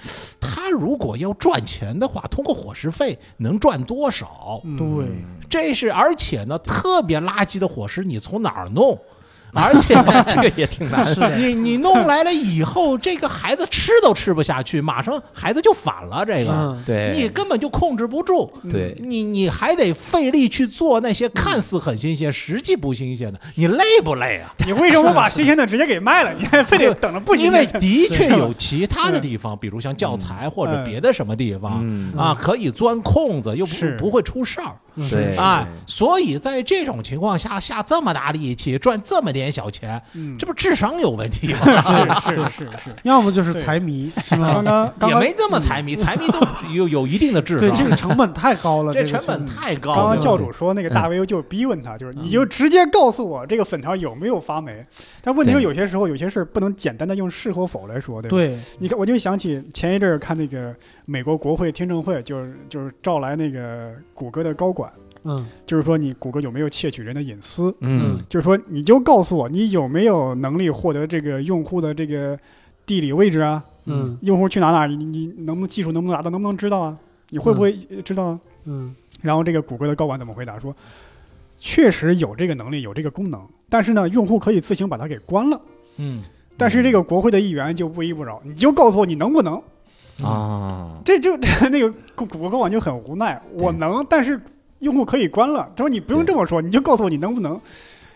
他如果要赚钱的话，通过伙食费能赚多少？
对
这是而且呢，特别垃圾的伙食你从哪儿 弄？而且呢
这个也挺难。
你你弄来了以后，这个孩子吃都吃不下去，马上孩子就反了。这个
嗯
你
对
根本就控制不住，
嗯
对，
你你还得费力去做那些看似很新鲜，实际不新鲜的，你累不累啊？
你为什么不把新鲜的直接给卖了？你还非得等着 不新
因为
鲜的？
的确有其他的地方，比如像教材或者
嗯
别的什么地方
嗯
啊，可以钻空子，又不
是
不会出事儿。
对
哎
是
啊，所以在这种情况下下这么大力气赚这么点小钱，
嗯
这不智商有问题吗？
是是是是。
要么就是财迷是吧
刚？刚 刚
啊也
刚嗯
没这么财迷，财迷都有有一定的智
对，这
商，
个成本太高了，
这
个
成本太高了。
刚刚
对
教主说那
嗯
个大 V 就是逼问他，就是你就直接告诉我这个粉条有没有发霉。但问题是
对
有些时候有些事儿不能简单的用是和否来说，对吧？
对，
你看，我就想起前一阵儿看那个美国国会听证会，就是就是召来那个谷歌的高管，
嗯
就是说你谷歌有没有窃取人的隐私，
嗯
就是说你就告诉我你有没有能力获得这个用户的这个地理位置啊，
嗯
用户去哪哪，你你你能不能技术能不能达到，能不能知道啊？你会不会呃知道啊？
嗯
然后这个谷歌的高管怎么回答说，确实有这个能力，有这个功能，但是呢，用户可以自行把它给关了。
嗯，
但是这个国会的议员就不依不饶，你就告诉我你能不能？
啊，
这 就那个谷谷歌高管就很无奈，我能，但是用户可以关了。他说你不用这么说，你就告诉我你能不能。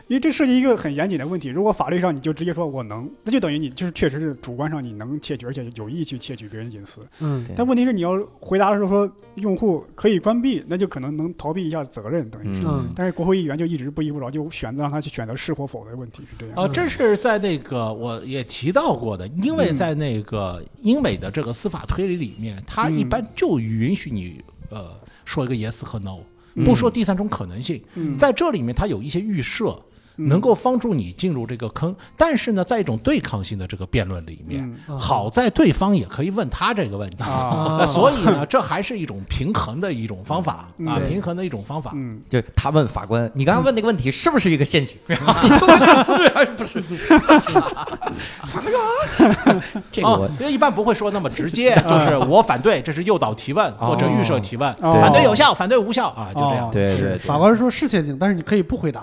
因为这涉及一个很严谨的问题。如果法律上你就直接说我能，那就等于你就是确实是主观上你能窃取，而且有意去窃取别人隐私。
嗯
对
但问题是你要回答的时候说用户可以关闭，那就可能能逃避一下责任，等于是。
嗯
但是国会议员就一直不依不饶，就选择让他去选择是或否的问题，是这样。
啊，这是在那个我也提到过的，因为在那个英美的这个司法推理里面，它一
嗯
般就允许你呃说一个 yes 和 no，不说第三种可能性。
嗯
在这里面，它有一些预设，
嗯
能够帮助你进入这个坑。但是呢，在一种对抗性的这个辩论里面，
嗯
啊
好在对方也可以问他这个问题，
啊，
呃 所以呢，这还是一种平衡的一种方法
嗯
啊，
对
平衡的一种方法。
嗯，
就他问法官，你刚刚问那个问题是不是一个陷阱？
嗯
然后 你就问他是还是不是？ 法官说，这个
哦
啊
我，
因为一般不会说那么直 接，就是我反对，这是诱导提
哦
问或者预设提问，
哦
反对有效，反对无效啊，就这样
哦。
对
是
对
法官说是陷阱，但是你可以不回答。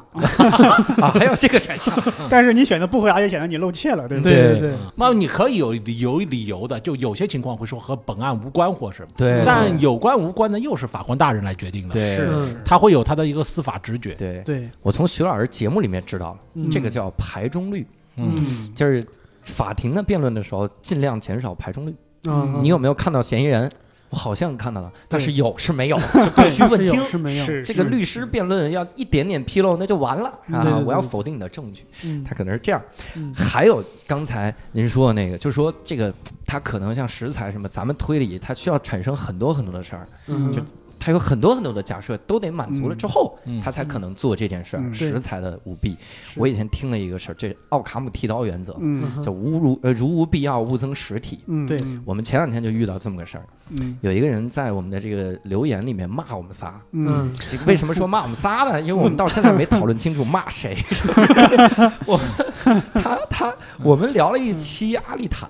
啊，还有这个选项，
但是你选择不回答，也显得你露怯了，对不对？
对
对对，
那么你可以有理由理由的，就有些情况会说和本案无关或什么，
对
但有关无关呢，又是法官大人来决定的，
对
是
嗯
是
他会有他的一个司法直觉。
对，
对，
我从徐老师节目里面知道了，
嗯
这个叫排中率，
嗯，
就是法庭的辩论的时候尽量减少排中率。
嗯，
你有没有看到嫌疑人？我好像看到了，但是
对
有是 没有，就必须问
是有
清。
是没有？
是
这个律师辩论要一点点纰漏，那就完了
嗯对对
啊！
对
我要
对
否定你的证据，
嗯
他可能是这样。
嗯
还有刚才您说的那个，就说这个它可能像食材什么，咱们推理它需要产生很多很多的事儿，
嗯
就它有很多很多的假设都得满足了之后，
嗯嗯
它才可能做这件事儿。
嗯
食材的舞弊，我以前听了一个事儿，这奥卡姆剃刀原则、
嗯
叫无如呃如无必要勿增实体。
嗯，
对
我们前两天就遇到这么个事儿，
嗯
有一个人在我们的这个留言里面骂我们仨，
嗯
这个 为什么说骂我们仨呢？因为我们到现在没讨论清楚骂 谁。我他他我们聊了一期阿丽塔，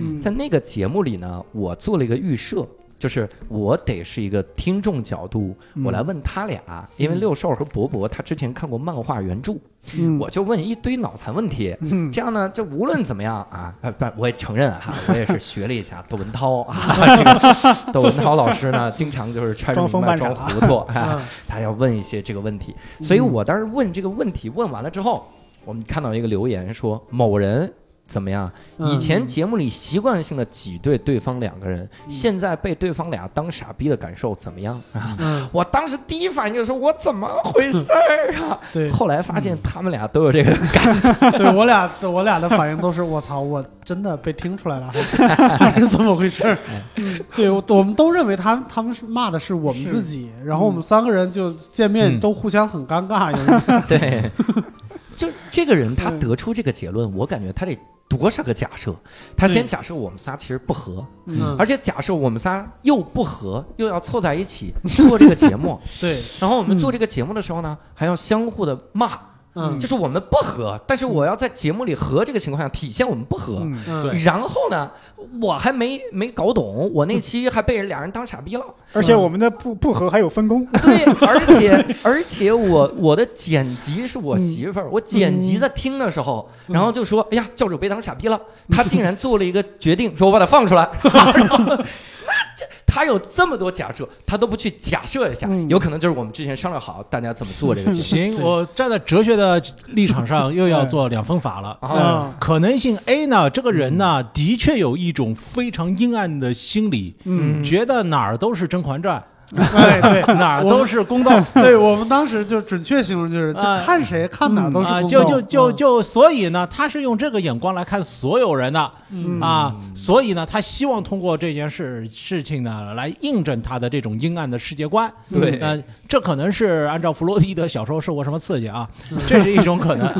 嗯，
在那个节目里呢，我做了一个预设，就是我得是一个听众角度，
嗯
我来问他俩，因为六兽和博博他之前看过漫画原著，
嗯
我就问一堆脑残问题。
嗯
这样呢，就无论怎么样啊，啊不，我也承认 哈、我也是学了一下窦文涛啊，这个窦文涛老师呢，经常就是揣着
装
明
疯
白
扮
装
傻
糊涂，啊
嗯
他要问一些这个问题，所以我当时问这个问题，问完了之后，我们看到一个留言说某人。怎么样？以前节目里习惯性的挤兑对方两个人，现在被对方俩当傻逼的感受怎么样？啊
嗯
我当时第一反应就是我怎么回事儿啊？
对
后来发现他们俩都有这个感觉，
对，我俩我俩的反应都是我操，我真的被听出来了，还是 还是怎么回事儿？ 嗯，对，我我们都认为他他们是骂的是我们
是
自己，然后我们三个人就见面
嗯
都互相很尴尬，有 一种
对，就这个人他
嗯
得出这个结论，我感觉他得多少个假设？他先假设我们仨其实不合，
嗯
而且假设我们仨又不合，又要凑在一起做这个节目，
对，
然后我们做这个节目的时候呢，还要相互的骂，
嗯
就是我们不合，但是我要在节目里合这个情况下体现我们不合。
嗯
嗯
对
然后呢，我还没没搞懂，我那期还被人俩人当傻逼了。
而且我们的不不和还有分工，
对，而且而且我我的剪辑是我媳妇儿，我剪辑在听的时候，然后就说：“哎呀，教主被当傻逼了。”他竟然做了一个决定，说我把他放出来。然后那这他有这么多假设，他都不去假设一下，有可能就是我们之前商量好大家怎么做这个节目。
行，我站在哲学的立场上又要做两分法了。
嗯
啊，
可能性 A 呢，这个人
嗯
呢，的确有一种非常阴暗的心理，
嗯
觉得哪儿都是《甄嬛传》，
哎对，
哪儿都是公道，
对我们当时就准确形容就是，就
啊
看谁看哪儿都是
啊，
公
就
道嗯
就就就，所以呢，他是用这个眼光来看所有人的
嗯
啊，所以呢，他希望通过这件事事情呢，来印证他的这种阴暗的世界观。
对
呃，这可能是按照弗洛伊德小时候受过什么刺激啊， 这是一种可能。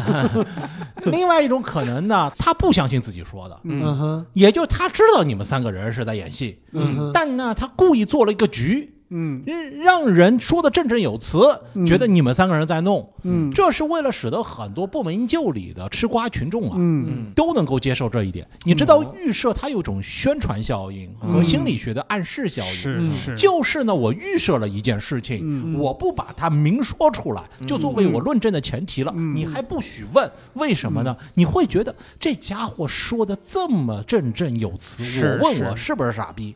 另外一种可能呢，他不相信自己说的，
嗯哼
也就他知道你们三个人是在演戏，
嗯哼，
但呢，他故意做了一个局。
嗯
让人说的振振有词，
嗯
觉得你们三个人在弄，
嗯
这是为了使得很多不明就里的吃瓜群众啊，
嗯
都能够接受这一点。你知道，预设它有一种宣传效应和心理学的暗示效应。
嗯
嗯是
就是呢，我预设了一件事情，
嗯
我不把它明说出来，就作为我论证的前提了。
嗯
你还不许问，为什么呢？你会觉得这家伙说的这么振振有词，
是
我问我
是
是不是傻逼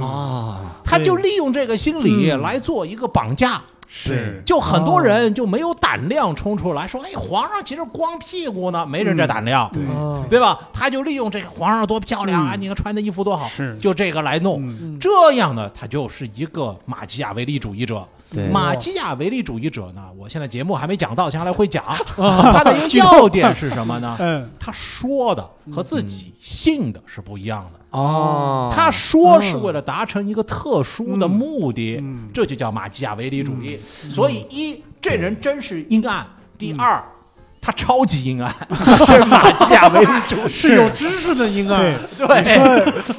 啊
嗯
啊？他就利用这个心理来做一个绑架。是，就很多人就没有胆量冲出来说，哎，皇上其实光屁股呢，没人这胆量，
对
哦
对吧？他就利用这个皇上多漂亮啊，
嗯
你看穿的衣服多好，
是
就这个来弄。
嗯
嗯
这样呢，他就是一个马基雅维利主义者。
哎
对
马基雅维利主义者呢，我现在节目还没讲到，将来会 讲。他的一个要点是什么
啊
呢？
嗯，
他说的和自己信的是不一样的。
哦，
他说是为了达成一个特殊的目的，
嗯嗯
这就叫马基雅维利主义。
嗯
所以一，这人真是阴暗；第二，
嗯
他超级 阴暗，是马基雅维利主义。
是有知识的应该
对，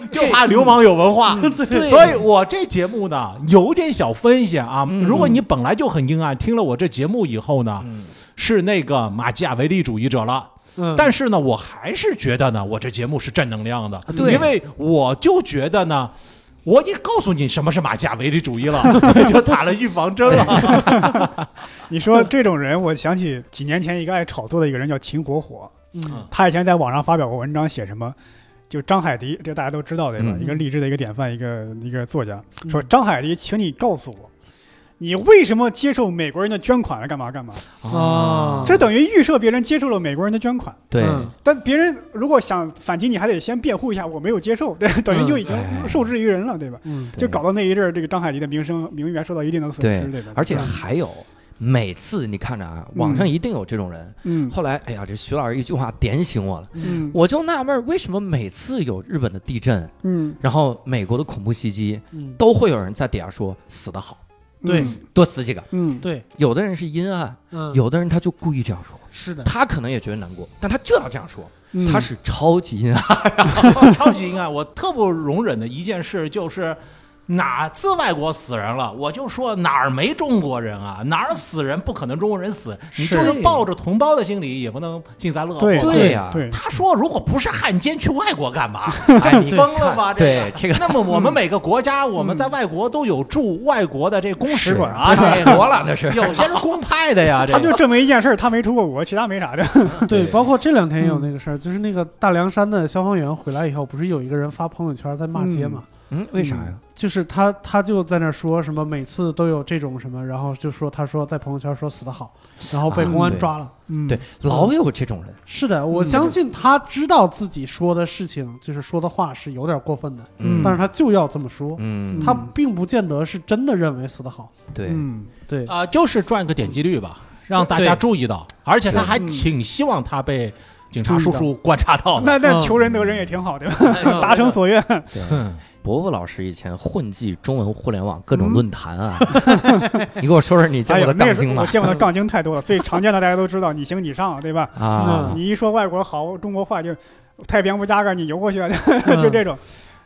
对，就怕流氓有文化。
嗯对
所以我这节目呢有点小分析啊。
嗯
如果你本来就很阴暗，听了我这节目以后呢，
嗯
是那个马基雅维利主义者了。
嗯，
但是呢，我还是觉得呢，我这节目是正能量的，
啊对
因为我就觉得呢。我已经告诉你什么是马基雅维利主 义了，就打了预防针了。
你说这种人，我想起几年前一个爱炒作的一个人叫秦火火，
嗯
他以前在网上发表过文章，写什么？就张海迪，这大家都知道对吧？
嗯
一个励志的一个典范，一个一个作家，
嗯
说张海迪，请你告诉我，你为什么接受美国人的捐款？干嘛干嘛？
嗯
啊
这等于预设别人接受了美国人的捐款，
对
嗯
但别人如果想反击你，还得先辩护一下，我没有接受， 这等于就已经
哎
受制于人了，对吧？
嗯
对
就搞到那一阵儿，这个张海迪的名声名誉受到一定的损失，对吧？
而且还有。每次你看着啊，
嗯
网上一定有这种人。
嗯
后来，哎呀，这徐老师一句话点醒我了，
嗯
我就纳闷儿，为什么每次有日本的地震，
嗯，
然后美国的恐怖袭击，
嗯，
都会有人在底下说死得好，
对
多死几个。
嗯，
对，
有的人是阴暗，
嗯，
有的人他就故意这样说，
是的，
他可能也觉得难过，但他就要这样说，
嗯
他是超级阴暗。
超级阴暗，我特不容忍的一件事就是。哪次外国死人了，我就说哪儿没中国人啊，哪儿死人不可能中国人死，你
是
就是抱着同胞的心理也不能幸灾乐祸。
对
对呀
对，
他说：“如果不是汉奸，去外国干嘛？
哎，你
疯了吧？这
对
个。
这个
那么我们每个国家，我们在外国都有驻外国的这公使馆啊，
是
这
太
个
多了那是。
有些是公派的 呀，这
他就
个
证明一件事儿，他没出过国，其他没啥的。
对，
对
包括这两天也
嗯
有那个事儿，就是那个大凉山的消防员回来以后，不是有一个人发朋友圈在骂街嘛？
嗯，为啥呀？
就是他，他就在那说什么每次都有这种什么，然后就说他说在朋友圈说死的好，然后被
啊
公安
对
抓了。
嗯
对，老有这种人。
是的，我
嗯
相信他知道自己说的事情，就是说的话是有点过分的，
嗯，
但是他就要这么说，
嗯，
他并不见得是真的认为死的好。
对，
嗯，
对，
啊，就是赚个点击率吧，让大
对
家注意到，而且他还
嗯
挺希望他被警察
注意
叔
到
叔观察到的。
那那
嗯
求人得人也挺好，对吧？
嗯
达成所愿。
嗯
伯伯老师以前混迹中文互联网各
嗯
种论坛啊， 你给我说说你 见
哎
过
呦
的，
那
杠
个时
精
候
吗
我？见过的杠精 太多了，最常见的大家都知道，你行你上，对吧？
啊
嗯，
你一说外国好，中国坏，就太平洋不加盖，你游过去啊，
嗯
就这种。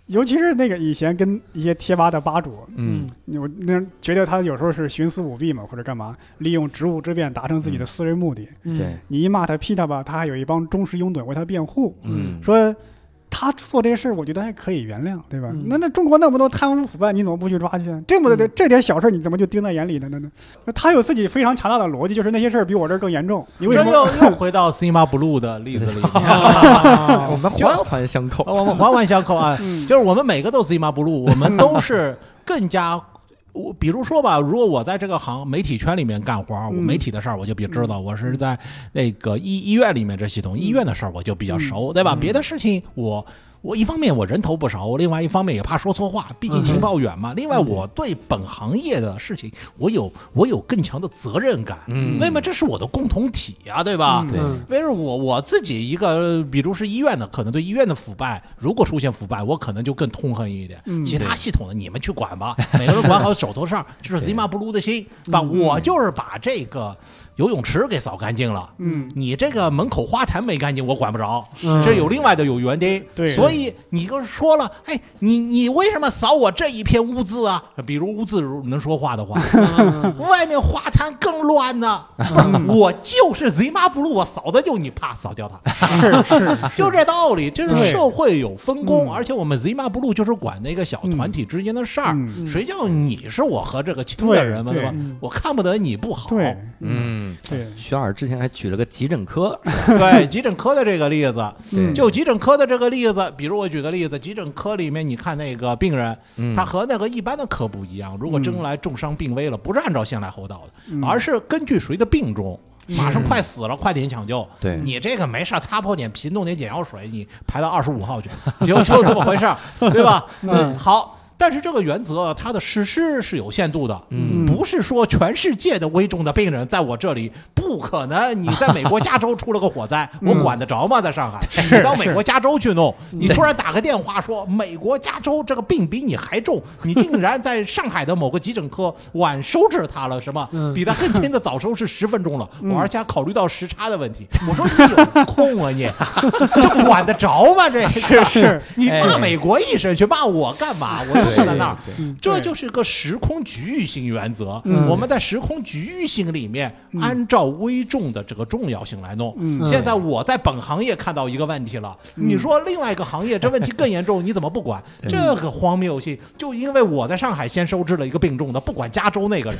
尤其是那个以前跟一些贴吧的吧主，
嗯，
我那觉得他有时候是徇私舞弊嘛，或者干嘛，利用职务之便达成自己的私人目的。
嗯
对，，
你一骂他、批他吧，他还有一帮忠实拥趸为他辩护，
嗯，
说他做这事儿，我觉得还可以原谅，对吧？
嗯
那那中国那么多贪污腐败，你怎么不去抓去啊？这么的、
嗯
这点小事，你怎么就盯在眼里呢？那那那他有自己非常强大的逻辑，就是那些事儿比我这儿更严重，你为什
这
么？
又又回到 Cinema Blue 的例子里面，
我们环环相扣。
我们环环相扣啊，
嗯
就是我们每个都 Cinema Blue，我们都是更加。我比如说吧，如果我在这个行媒体圈里面干活儿，我
嗯
媒体的事儿我就比较知道，我是在那个医医院里面这系统，医院的事儿我就比较
嗯
熟，对吧？别的事情我我一方面我人头不熟，另外一方面也怕说错话，毕竟情报远
嗯
嘛。另外我对本行业的事情，我有我有更强的责任感，
嗯
为嘛这是我的共同体呀、对吧？
嗯
对
嗯
但是我我自己一个，比如是医院的，可能对医院的腐败，如果出现腐败，我可能就更痛恨一点。
嗯
其他系统的你们去管吧，每个人管好手头上，这是 Zima 不 u 的心，吧？
嗯
我就是把这个游泳池给扫干净了。
嗯
你这个门口花坛没干净，我管不着，
嗯
这有另外的有园丁。
对
所以你跟说了，哎，你你为什么扫我这一片污渍啊？比如污渍如能说话的话， 外面花坛更乱呢。
嗯
不是我就是贼妈不入，我扫的就你怕扫掉 它，
是是是，
就这道理。这是
对
社会有分工，
嗯
而且我们贼妈不入就是管那个小团体之间的事儿。
嗯
谁叫你是我和这个亲的人嘛，
对
对吧
对嗯？
我看不得你不好。
对
嗯，
对，
徐老师之前还举了个急诊科，
对，急诊科的这个例子，
对
嗯
就急诊科的这个例子，比如我举个例子，急诊科里面你看那个病人，
嗯
他和那个一般的科不一样，如果真来重伤病危了，不是按照先来后到的，
嗯
而是根据谁的病重，马上快死了，快点抢救。
对
你这个没事儿擦破点皮，弄点眼药水，你排到二十五 号去，就就这么回事儿，对吧？
嗯
好，但是这个原则它的实施是有限度的。
嗯
不是说全世界的危重的病人在我这里不可能，你在美国加州出了个火灾，我管得着吗？在上海，你到美国加州去弄，你突然打个电话说美国加州这个病比你还重，你竟然在上海的某个急诊科晚收治他了，什么
嗯
比他更亲的早收治十分钟了，我而且还考虑到时差的问题，我说你有空啊你， 这管得着吗？这
嗯
是
是，
你骂
哎
美国医生去骂我干嘛？我又不在那儿。
对
这就是个时空局域性原则。
嗯
我们在时空局域性里面，
嗯
按照危重的这个重要性来弄。
嗯
现在我在本行业看到一个问题了，
嗯
你说另外一个行业这问题更严重，你怎么不管？
对
这个荒谬性，就因为我在上海先收治了一个病重的，不管加州那个人。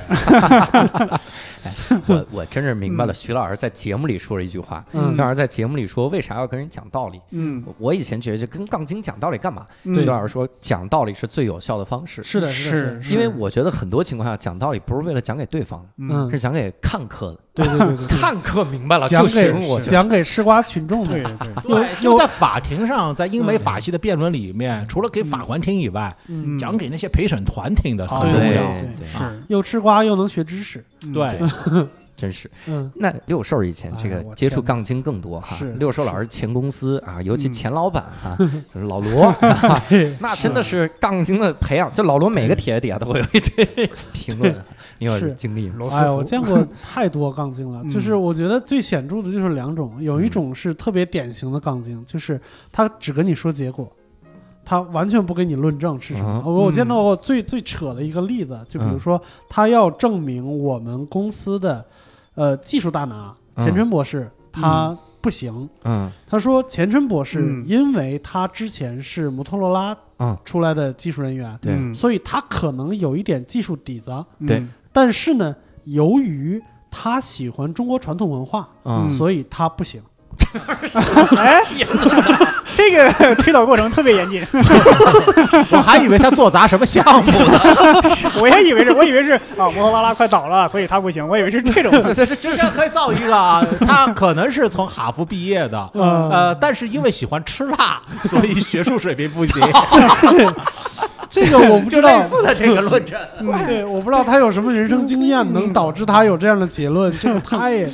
我我真是明白了，徐老师在节目里说了一句话。
嗯
徐老师在节目里说，为啥要跟人讲道理？
嗯
我以前觉得就跟杠精讲道理干嘛？
嗯
徐老师说，讲道理是最有效的方式，
是的，的，
是
因为我觉得很多情况下讲道理不是为了讲给对方的，
嗯，
是讲给看客的。
对对对对对，
看客明白了
讲
啊就行，
给
我觉得。
讲给吃瓜群众
对
的，
对，
有
对，就在法庭上，在英美法系的辩论里面，除了给法官听以外，
嗯，
讲给那些陪审团听的
对
很重
对
要。
对
对
嗯是
又吃瓜又能学知识，
嗯
对，
真是。
嗯
那六兽以前这
哎
个
我
接触
天哪
杠精更多哈
是，
六兽老师前公司啊，尤其
嗯
前老板 啊，就是老罗，啊
哎
那真的是杠精的培养。就老罗每个帖子底下都会有一 堆评论，啊你有
是
经历吗？
罗斯
哎呀，
福
我见过太多杠 精了，
嗯
就是我觉得最显著的就是两种，有
嗯
一种是特别典型的杠精，就是他只跟你说结果，他完全不跟你论证是什么
啊。嗯
我我见到过最最扯的一个例子，就比如说他要证明我们公司的呃技术大拿
嗯
钱琛博士他不行，
嗯
他说钱琛博士
嗯
因为他之前是摩托罗拉
嗯，
出来的技术人员，
对
嗯
所以他可能有一点技术底子。
对
嗯
但是呢，由于他喜欢中国传统文化，
嗯
所以他不行。
哎， 这个 推导过程特别严谨，
我还以为他做砸什么项目呢。
我也以为是，我以为是啊，摩托罗拉快倒了，所以他不行，我以为是这种。
这这这
这这可以造一个啊，他可能是从哈佛毕业的，
呃
呃，但是因为喜欢吃辣，所以学术水平不行，
这个我不知
就
道
类，似的这个论证。
嗯 对，我不知道他有什么人生经验能导致他有这样的结论，这个太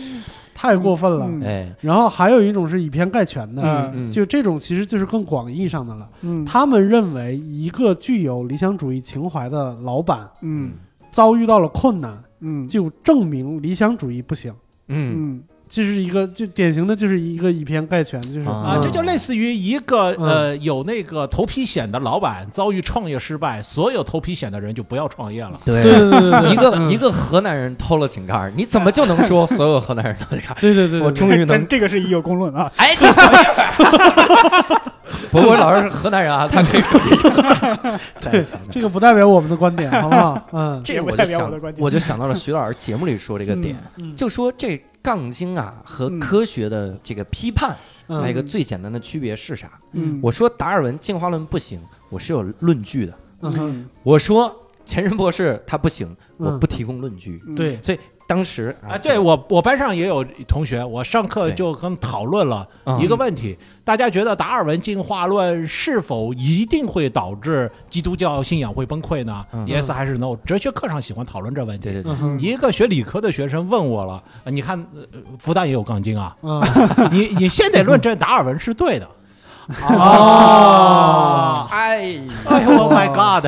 太过分了。
嗯
哎，
然后还有一种是以偏概全的，
嗯
嗯，
就这种其实就是更广义上的了。
嗯
他们认为一个具有理想主义情怀的老板
嗯
遭遇到了困难，
嗯
就证明理想主义不行。
嗯
嗯
这是一个就典型的，就是一个以偏概全，就是
啊
啊，这就类似于一个
嗯
呃有那个头皮癣的老板遭遇创业失败，所有头皮癣的人就不要创业了。
对啊
对对对对嗯
一个一个河南人偷了井盖儿，你怎么就能说所有河南人偷井盖儿？
对对对，
我
对
终于能
但这个是一有公论啊，
嗯哎，你等一会儿不过我老师是河南人啊，他可以说这种 话。再强调
这个不代表我们的观点，好不好？嗯
这个
也
我
不
就
代表
想
我的观，点
我就想到了徐老师节目里说这个点，
嗯
就说这杠精啊和
嗯
科学的这个批判，
嗯
还有一个最简单的区别是啥？
嗯，
我说达尔文进化论不行，我是有论据的。
嗯哼
我说钱琛博士他不行，
嗯
我不提供论据。
嗯
对，
所以当时
啊，对我我班上也有同学，我上课
对
就跟讨论了
嗯
一个问题，大家觉得达尔文进化论是否一定会导致基督教信仰会崩溃呢、
嗯
y e s 还是 no？哲学课上喜欢讨论这问题。
对对对
嗯， 哼
一个学理科的学生问我了，呃你看，呃复旦也有杠精啊，
嗯
你你先得论证达尔文是对的。
哦
哎，
哎呦，Oh my God！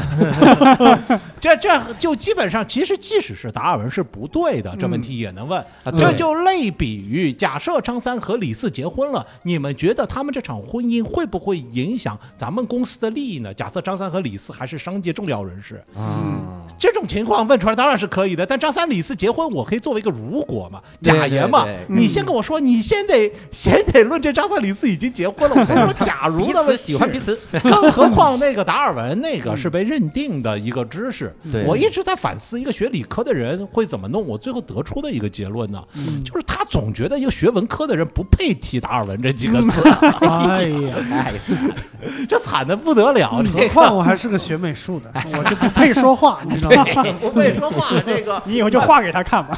这这就基本上，其实即使是达尔文是不对的，这问题也能问。
啊
这
对
就类比于假设张三和李四结婚了，你们觉得他们这场婚姻会不会影响咱们公司的利益呢？假设张三和李四还是商界重要人士，
嗯
这种情况问出来当然是可以的，但张三李四结婚，我可以作为一个如果嘛，假言嘛。
对嗯对对
你先跟我说，你先得先得论这张三李四已经结婚了，我才说假如
彼
的
此
问
喜欢彼
题。
此，
更何况那个达尔文那个是被认定的一个知识，
对
我一直在反思一个学理科的人会怎么弄，我最后得出的一个结论呢，
嗯
就是他总觉得一个学文科的人不配提达尔文这几个字，
哎呀，
哎，
这惨的不得了，
何
嗯
这个
况我还是个学美术 的，
哎
我就不配 说话，你知道吗？
不会说话，这个
你以后就画给他看 吧。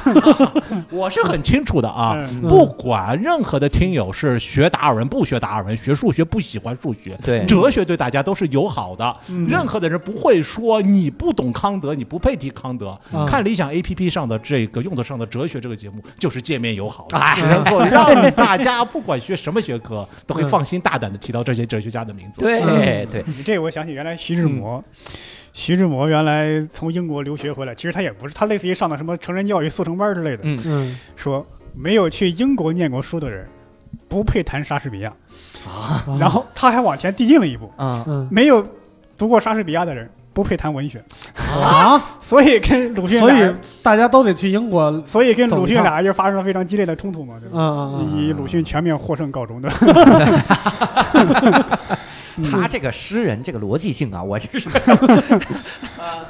我是很清楚的啊。
嗯
不管任何的听友是学达尔文不学达尔文，学数学不喜欢数学，
对
哲学对大家都是友好的。
嗯
任何的人不会说你不懂康德，你不配提康德。
嗯
看理想 A P P 上的这个用得上的哲学这个节目，就是界面友好的，
哎
能够让大家不管学什么学科，都可以
嗯
放心大胆的提到这些哲学家的名字。
对
嗯
对，
你这我想起原来徐志
嗯
摩，徐志摩原来从英国留学回来，其实他也不是，他类似于上的什么成人教育速成班之类的，
嗯，
嗯，
说没有去英国念过书的人，不配谈莎士比亚。
啊
哦
然后他还往前递进了一步，
啊，
嗯
没有读过莎士比亚的人不配谈文学，
啊，
所以跟鲁迅
所
俩
以
人，
大家都得去英国，嗯
所以跟鲁迅俩人就发生了非常激烈的冲突嘛，对吧？
嗯
以鲁迅全面获胜告 终的，
嗯，
他这个诗人这个逻辑性啊，我真是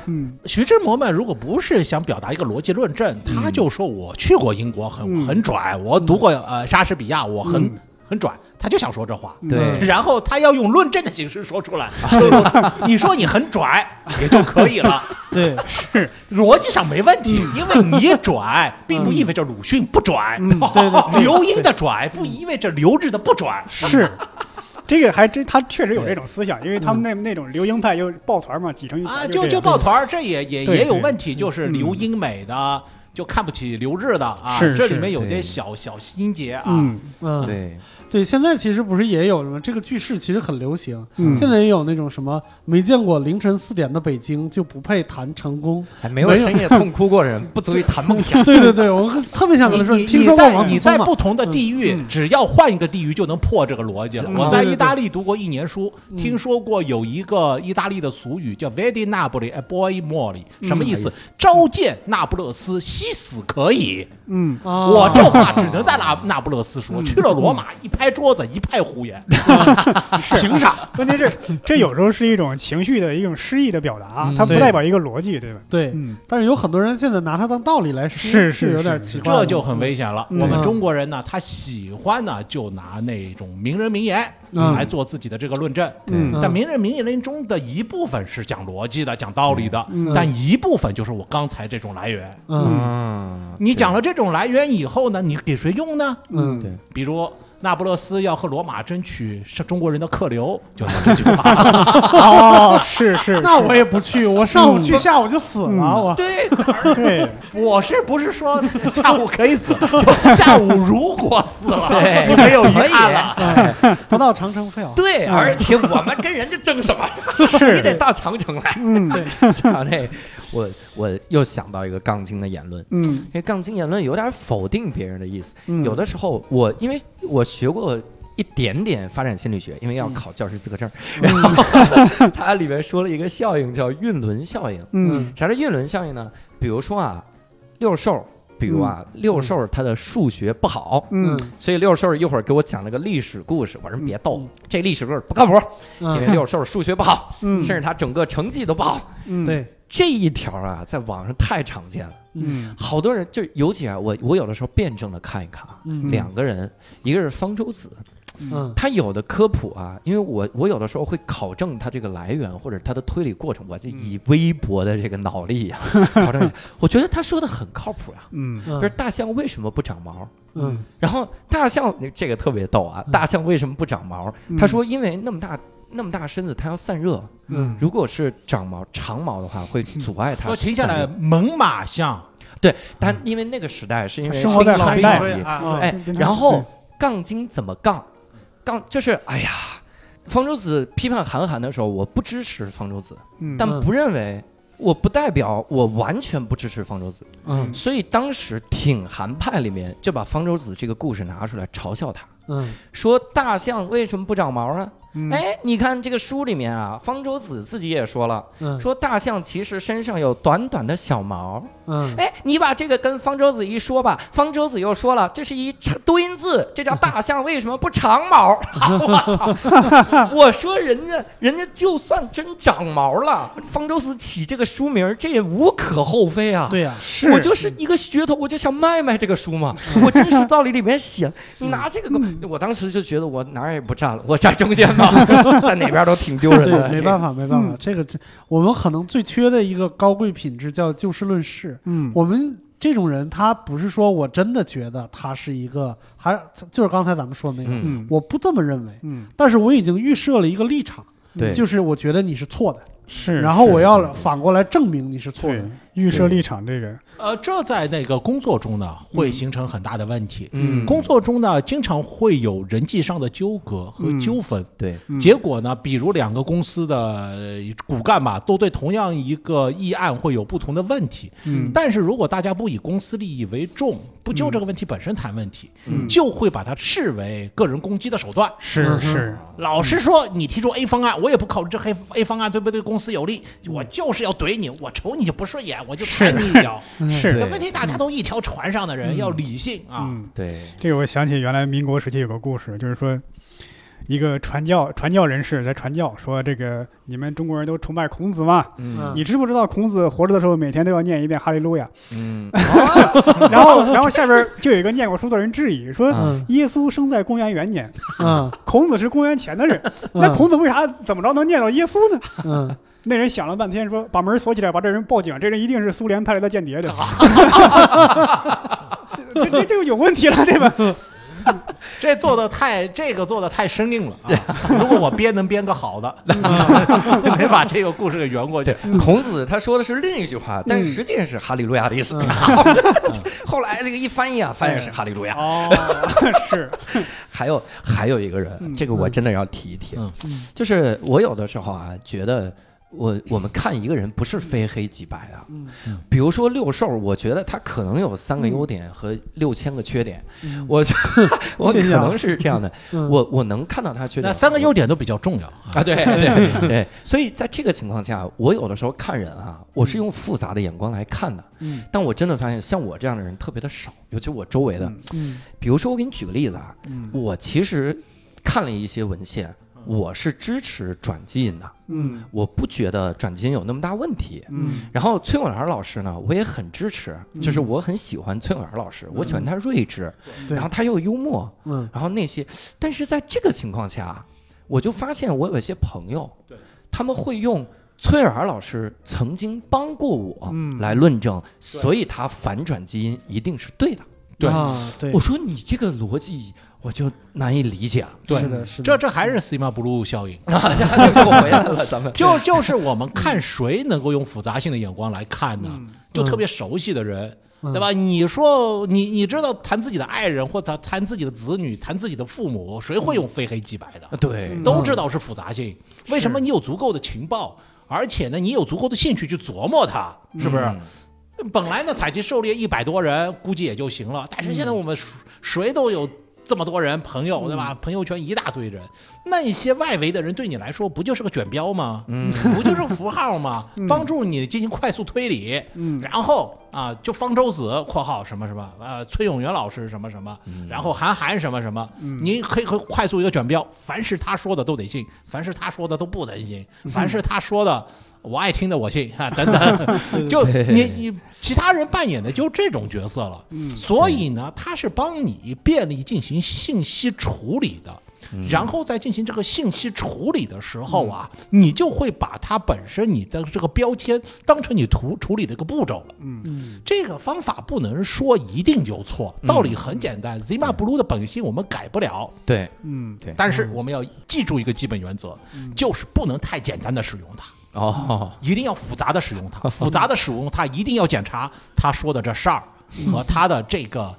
嗯，
徐志摩们如果不是想表达一个逻辑论证，
嗯
他就说我去过英国很，很、
嗯
拽，我读过呃莎士比亚，我很、
嗯
很拽，他就想说这话。
对
嗯
然后他要用论证的形式说出来，就是 说你说你很拽也就可以了，
对，嗯
逻辑上没问题，因为你拽并不意味着鲁迅不拽，
嗯
对对对
刘英的拽不意味着留日的不拽，
是。 这个还真，他确实有这种思想，因为
嗯
他们那那种留英派又抱团嘛，挤成一
啊，
团
就
这
就
样
抱团儿，这也也
对
也有
对
问题，就是留
嗯
英美的就看不起留日的啊，
是
这里
是
面有
对
些小小心结啊。
嗯
嗯，
对，
对，现在其实不是也有什么这个句式，其实很流行。
嗯
现在也有那种什么没见过凌晨四点的北京就不配谈成功。
还哎没有
没有
深夜痛哭过的人，不足以谈梦想。
对对对，我特别想跟他说，
你
听
你
说过
在
王
你
思
在
聪吗？
不同的地域，
嗯
只要换一个地域就能破这个逻辑了。
嗯
我在
对对
意大利读过一年书，
嗯
听说过有一个意大利的俗语叫 “Vedi Napoli e poi mori”，什么意
嗯
思？召见那不勒斯，惜死可矣。
嗯，
啊，
我这话只能 在那那不勒斯
嗯
说，去了罗马一拍桌子一派胡 言， 凭啥？
问题是这有时候是一种情绪的一种诗意的表达啊
嗯，
它不
对
代表一个逻辑，对吧？
对，
嗯，
但是有很多人现在拿它当道理来说，
是
是
是
有点
是
奇怪了，
这就很危险了。
嗯
我们中国人呢，他喜欢呢就拿那种名人名言
嗯
来做自己的这个论证。
嗯
嗯
但名人名言中的一部分是讲逻辑的、讲道理的，
嗯
但一部分就是我刚才这种来源。
嗯
嗯，
你讲了这种来源以后呢，你给谁用呢？
嗯
对
比如那不勒斯要和罗马争取是中国人的客流，就用这句话。
哦，是是，
那
是
我也不去，我上午去，
嗯
下午就死了，
嗯
我
对，
对，
我是不是说下午可以死？就 下午如果死了，
对
就没有遗
可以嗯
憾了。
不到长城非要。
对，
嗯
而且我们跟人家争什么？你得
是，
到长城 来。
嗯
对
讲这，我我又想到一个杠精的言论。
嗯
这杠精言论有点否定别人的意思。
嗯，
有的时候我因为我学过一点点发展心理学，因为要考教师资格证，然后 它里面说了一个效应叫运轮效应。
嗯
啥叫运轮效应呢？比如说啊，六兽，比如啊，六兽他的数学不好。
嗯
所以六兽一会儿给我讲了个历史故事，我说
嗯
别逗，这历史故事不靠谱，因为
嗯，
六兽数学不好，
嗯，
甚至他整个成绩都不好。
嗯
对，
这一条啊，在网上太常见了，
嗯
好多人就尤其啊，我我有的时候辩证的看一看啊，
嗯
两个人，一个是方舟子，
嗯
他有的科普啊，因为我我有的时候会考证他这个来源或者他的推理过程，我
嗯
就以微薄的这个脑力 啊考证一下，我觉得他说的很靠谱啊，
嗯
就是
嗯
大象为什么不长毛？
嗯
然后大象这个特别逗啊，
嗯
大象为什么不长毛？
嗯
他说因为那么大那么大身子，它要散热，
嗯
如果是长毛长毛的话，会阻
嗯
碍它
我停下
散
来，嗯
热。
猛犸象
但因为那个时代是因为
生活在
冰
寒
冷
带
时期
啊，
啊
哎
跟，跟他
然
对
后杠精怎么杠？杠就是哎呀，方舟子批判韩寒的时候，我不支持方舟子，
嗯
但不认为。我不代表我完全不支持方舟子，
嗯
所以当时挺韩派里面就把方舟子这个故事拿出来嘲笑他，
嗯
说大象为什么不长毛啊？
嗯，
哎，你看这个书里面啊，方舟子自己也说了，
嗯
说大象其实身上有短短的小毛。
嗯
哎，你把这个跟方舟子一说吧，方舟子又说了，这是一多音字，这叫大象为什么不长毛？ 我操！我说人家人家就算真长毛了，方舟子起这个书名儿，这也无可厚非啊。
对呀、
是
我就是嗯一个噱头，我就想卖卖这个书嘛。 我真实道理里面 写，你拿这个给我，我当时就觉得我哪儿也不站了，我站中间 吧，站哪边都挺丢人的。
对，没办法，没办法，这个这我们可能最缺的一个高贵品质叫就事论事。
嗯，
我们这种人，他不是说我真的觉得他是一个，还就是刚才咱们说的那个，
嗯，
嗯
我不这么认为，
嗯
但是我已经预设了一个立场，
对，
就是我觉得你是错的，
是，
然后我
是
要反过来证明你是错
对
的。
预设
对
立场这个，
呃，这在那个工作中呢，会形成很大的问题。
嗯，
工作中呢，经常会有人际上的纠葛和
嗯
纠纷。
对，
嗯
结果呢，比如两个公司的呃骨干吧，都对同样一个议案会有不同的问题。
嗯
但是如果大家不以公司利益为重，不就这个问题本身谈问题，
嗯
就会把它视为个人攻击的手段。
嗯哼
是是，
老实说，你提出 A 方案，我也不考虑这 A A 方案对不对公司有利，我就是要怼你，我瞅你就不顺眼，我就踩你一脚。
嗯是
对
这问题大家都一条船上的人，要理性啊。
嗯，
对，
这个我想起原来民国时期有个故事，就是说。一个传教传教人士在传教，说这个你们中国人都崇拜孔子嘛？
嗯
你知不知道孔子活着的时候每天都要念一遍哈利路亚？
嗯，
然后然后下边就有一个念过书的人质疑说，
嗯
耶稣生在公元元年，
嗯，
孔子是公元前的人，那孔子为啥怎么着能念到耶稣呢？
嗯
那人想了半天说，把门锁起来，把这人报警，这人一定是苏联派来的间谍的。 这这这就有问题了，对吧？
这做的太，这个做的太生硬了、啊。 如果我编能编个好的， 得把这个故事给圆过去
对。，嗯孔子他说的是另一句话，但是实际上是哈利路亚的意思。 后来这个一翻译啊，翻译是哈利路亚。
哦， 是，
还有还有一个人，
嗯
这个我真的要提一提
嗯，
就是我有的时候啊，觉得我我们看一个人不是非黑即白啊的，
嗯
比如说六兽，我觉得他可能有三个优点和六千个缺点，
嗯
我我
谢
可
谢啊
能是这样的，
嗯，
我我能看到他缺点。
那三个优点都比较重要啊。
啊，对对对，所以在这个情况下，我有的时候看人啊，我是用复杂的眼光来看的，
嗯
但我真的发现像我这样的人特别的少，尤其我周围的。
嗯
比如说，我给你举个例子啊，
嗯
我其实看了一些文献，我是支持转基因的，
嗯
我不觉得转基因有那么大问题。
嗯
然后崔永元老师呢，我也很支持，就是我很喜欢崔永元老师，我喜欢他睿智，
对
然后他又幽默，
嗯
然后那些，但是在这个情况下，我就发现我有一些朋友，他们会用崔尔老师曾经帮过我
嗯
来论证，所以他反转基因一定是对的。
对
啊对
我，说你这个逻辑我就难以理解了。
对
是的，是的，
这这还是 Sigma Blue 效应，
啊， 又回来了，咱们
就就是我们看谁能够用复杂性的眼光来看呢？就特别熟悉的人，
嗯
对吧？你说你你知道谈自己的爱人或谈谈自己的子女、谈自己的父母，谁会用非黑即白的？
对，
都知道是复杂性。为什么你有足够的情报，而且呢，你有足够的兴趣去琢磨它，是不是？
嗯
本来呢，采集狩猎一百多人，估计也就行了。但是现在我们谁谁都有这么多人朋友，对吧？朋友圈一大堆人，那些外围的人对你来说不就是个卷标吗？
嗯，
不就是个符号吗？帮助你进行快速推理，
嗯
然后啊，就方舟子（括号什么什么）呃，崔永元老师什么什么，然后韩寒什么什么，你可以可以快速一个转标，凡是他说的都得信，凡是他说的都不能信，凡是他说的我爱听的我信 啊，等等，就你你其他人扮演的就这种角色了，所以呢，他是帮你便利进行信息处理的。然后在进行这个信息处理的时候啊，你就会把它本身你的这个标签当成你图处理的一个步骤了。
嗯
这个方法不能说一定有错，道理很简单。Zima Blue 的本性我们改不了，
对，
嗯
但是我们要记住一个基本原则，就是不能太简单的使用它。
哦，
一定要复杂的使用它，复杂的使用它一定要检查他说的这事儿和他的这个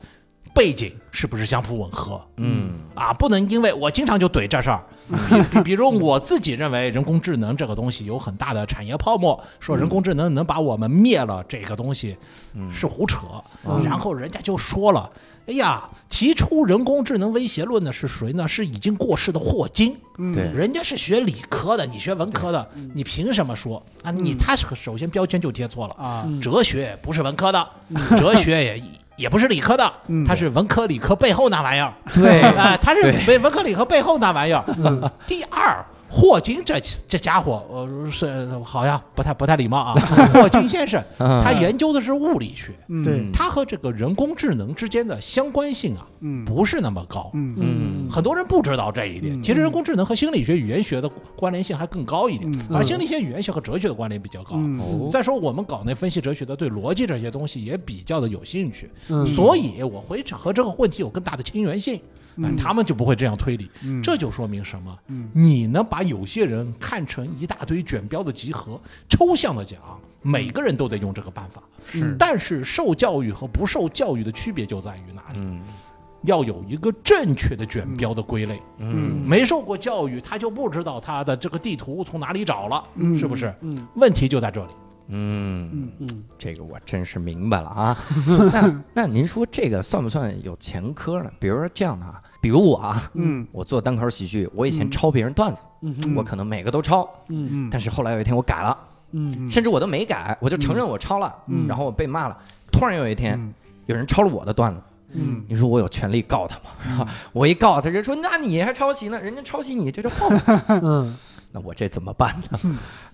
背景是不是相互吻合。
嗯
啊，不能因为我经常就怼这 事儿，比比比如我自己认为人工智能这个东西有很大的产业泡沫，说人工智能能把我们灭了，这个东西
嗯
是胡扯。
嗯
然后人家就说了，哎呀，提出人工智能威胁论的是谁呢？是已经过世的霍金，
嗯
对
人家是学理科的，你学文科的，你凭什么说啊？你他首先标签就贴错了，
嗯啊，
嗯
哲学不是文科的，哲学也也不是理科的
嗯，
它是文科理科背后那玩意儿。
对
啊，它是
对
文文科理科背后那玩意儿。
嗯
第二，霍金这这家伙，呃，是好像不太不太礼貌 啊。霍金先生，他研究的是物理学，
嗯
对
他和这个人工智能之间的相关性啊，
嗯
不是那么高。
嗯
嗯
很多人不知道这一点，
嗯
其实人工智能和心理学、语言学的关联性还更高一点，
嗯
而心理学、语言学和哲学的关联比较高。
嗯
哦
再说我们搞那分析哲学的，对逻辑这些东西也比较的有兴趣，
嗯
所以我会和这个问题有更大的亲缘性。啊
嗯
他们就不会这样推理，
嗯
这就说明什么？
嗯
你能把有些人看成一大堆卷标的集合，抽象的讲，每个人都得用这个办法。
是
但是受教育和不受教育的区别就在于哪里？
嗯
要有一个正确的卷标的归类。
嗯
没受过教育，他就不知道他的这个地图从哪里找了，
嗯
是不是？
嗯
问题就在这里。
嗯，
嗯
嗯
这个我真是明白了啊。那那您说这个算不算有前科呢？比如说这样的啊，比如我啊，
嗯
我做单口喜剧，我以前
嗯
抄别人段子，
嗯
我可能每个都抄，
嗯
嗯，
但是后来有一天我改了，
嗯
甚至我都没改，我就承认我抄了，
嗯
然后我被骂了。突然有一天，
嗯
有人抄了我的段子，
嗯
你说我有权利告他吗？ 我一告他，人说那你还抄袭呢，人家抄袭你，这就报复。
嗯
那我这怎么办呢？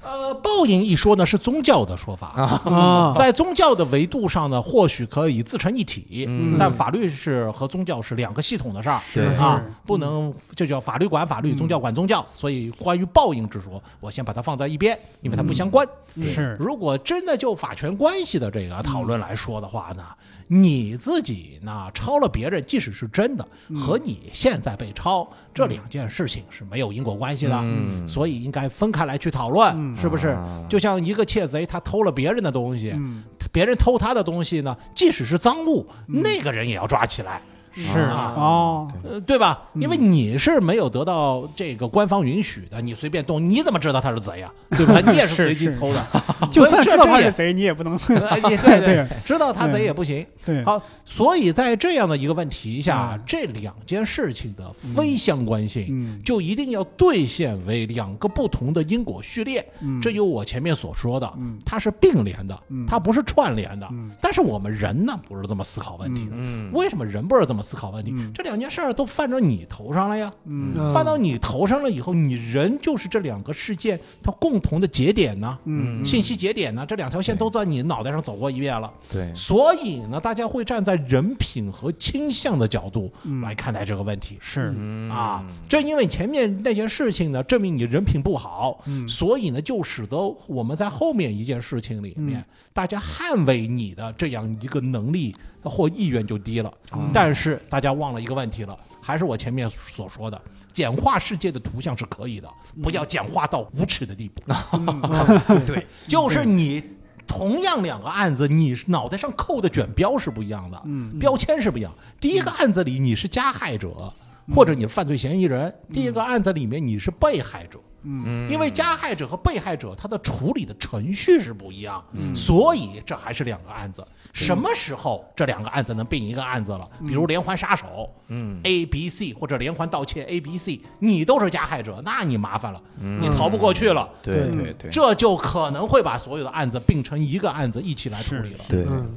呃，报应一说呢是宗教的说法，
啊，
在宗教的维度上呢，或许可以自成一体，
嗯
但法律是和宗教是两个系统的事儿。
对
是
啊，不能就叫法律管法律，宗教管宗教，所以关于报应之说，我先把它放在一边，因为它不相关。
是
如果真的就法权关系的这个讨论来说的话呢，你自己呢抄了别人，即使是真的，和你现在被抄这两件事情是没有因果关系的，
嗯
所以应该分开来去讨论，
嗯
是不是？
啊
就 像一个窃贼，他偷了别人的东西，
嗯
别人偷他的东西呢，即使是赃物，那个人也要抓起来。
是
啊
哦，
呃，对吧？因为你是没有得到这个官方允许的，你随便动，你怎么知道他是 贼呀？啊对吧？你也是随机
是
抽的，
就算
这
知道
这
他
也
是贼，你也不 能
呃也对
对
对，知道他贼也不行。
对
好，所以在这样的一个问题下
嗯，
这两件事情的非相关性。
嗯
就一定要兑现为两个不同的因果序列，
嗯
这有我前面所说的
嗯，
它是并联的
嗯，
它不是串联的
嗯。
但是我们人呢，不是这么思考问题的。
嗯
为什么人不是这么思考问题
嗯？
这两件事儿都犯着你头上了呀。
嗯
嗯
放到你头上了以后，你人就是这两个事件它共同的节点呢，
嗯
嗯
信息节点呢，这两条线都在你脑袋上走过一遍了。
对，
所以呢，大家会站在人品和倾向的角度
嗯
来看待这个问题。
是
嗯
啊，正因为前面那件事情呢，证明你人品不好，
嗯
所以呢，就使得我们在后面一件事情里面，
嗯
大家捍卫你的这样一个能力或意愿就低了。
嗯
但是大家忘了一个问题了，还是我前面所说的。简化世界的图像是可以的，不要简化到无耻的地步。
嗯
对，
就是你同样两个案子，你脑袋上扣的卷标是不一样的，
嗯
标签是不一样。第一个案子里你是加害者，或者你犯罪嫌疑人；
嗯
第二个案子里面你是被害者。
嗯
因为加害者和被害者他的处理的程序是不一样，
嗯
所以这还是两个案子。什么时候这两个案子能并一个案子了？比如连环杀手，
嗯
A B C 或者连环盗窃 A B C，你都是加害者，那你麻烦了，你逃不过去了。
对
嗯
对嗯对，
这就可能会把所有的案子并成一个案子一起来处理了。
对
嗯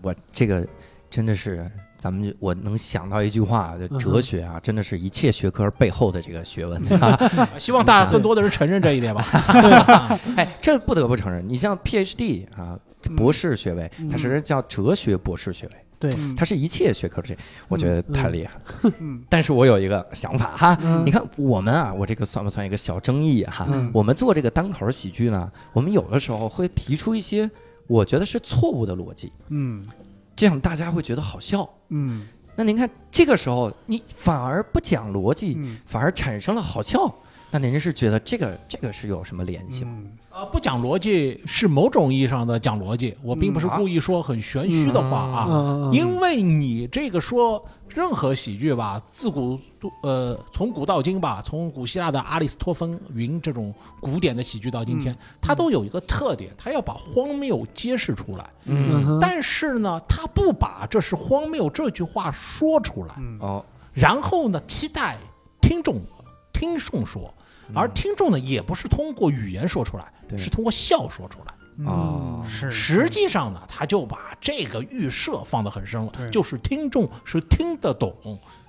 我这个真的是，咱们就我能想到一句话，就
嗯
哲学啊，真的是一切学科背后的这个学问啊。
希望大家更多的人承认这一点吧。
哎，这不得不承认，你像 PhD 啊，
嗯
博士学位，它是叫哲学博士学位，
对
嗯
它是一切学科这，我觉得太厉害 了。
嗯
但是我有一个想法哈，
嗯
你看我们啊，我这个算不算一个小争议啊哈？
嗯
我们做这个单口喜剧呢，我们有的时候会提出一些我觉得是错误的逻辑，
嗯
这样大家会觉得好笑。
嗯
那您看，这个时候你反而不讲逻辑，
嗯
反而产生了好笑，那您是觉得这个这个是有什么联系吗？
嗯
呃，不讲逻辑是某种意义上的讲逻辑，我并不是
嗯啊
故意说很玄虚的话啊，
嗯嗯嗯
因为你这个说任何喜剧吧，自古呃从古到今吧，从古希腊的阿里斯托芬云这种古典的喜剧到今
嗯
天，它都有一个特点，它要把荒谬揭示出来。
嗯哼
但是呢，他不把这是荒谬这句话说出来，
嗯
哦，
然后呢，期待听众听众说，而听众呢也不是通过语言说出来，
对
是通过笑说出来。
哦
是
实际上呢，他就把这个预设放得很深了，
对
就是听众是听得懂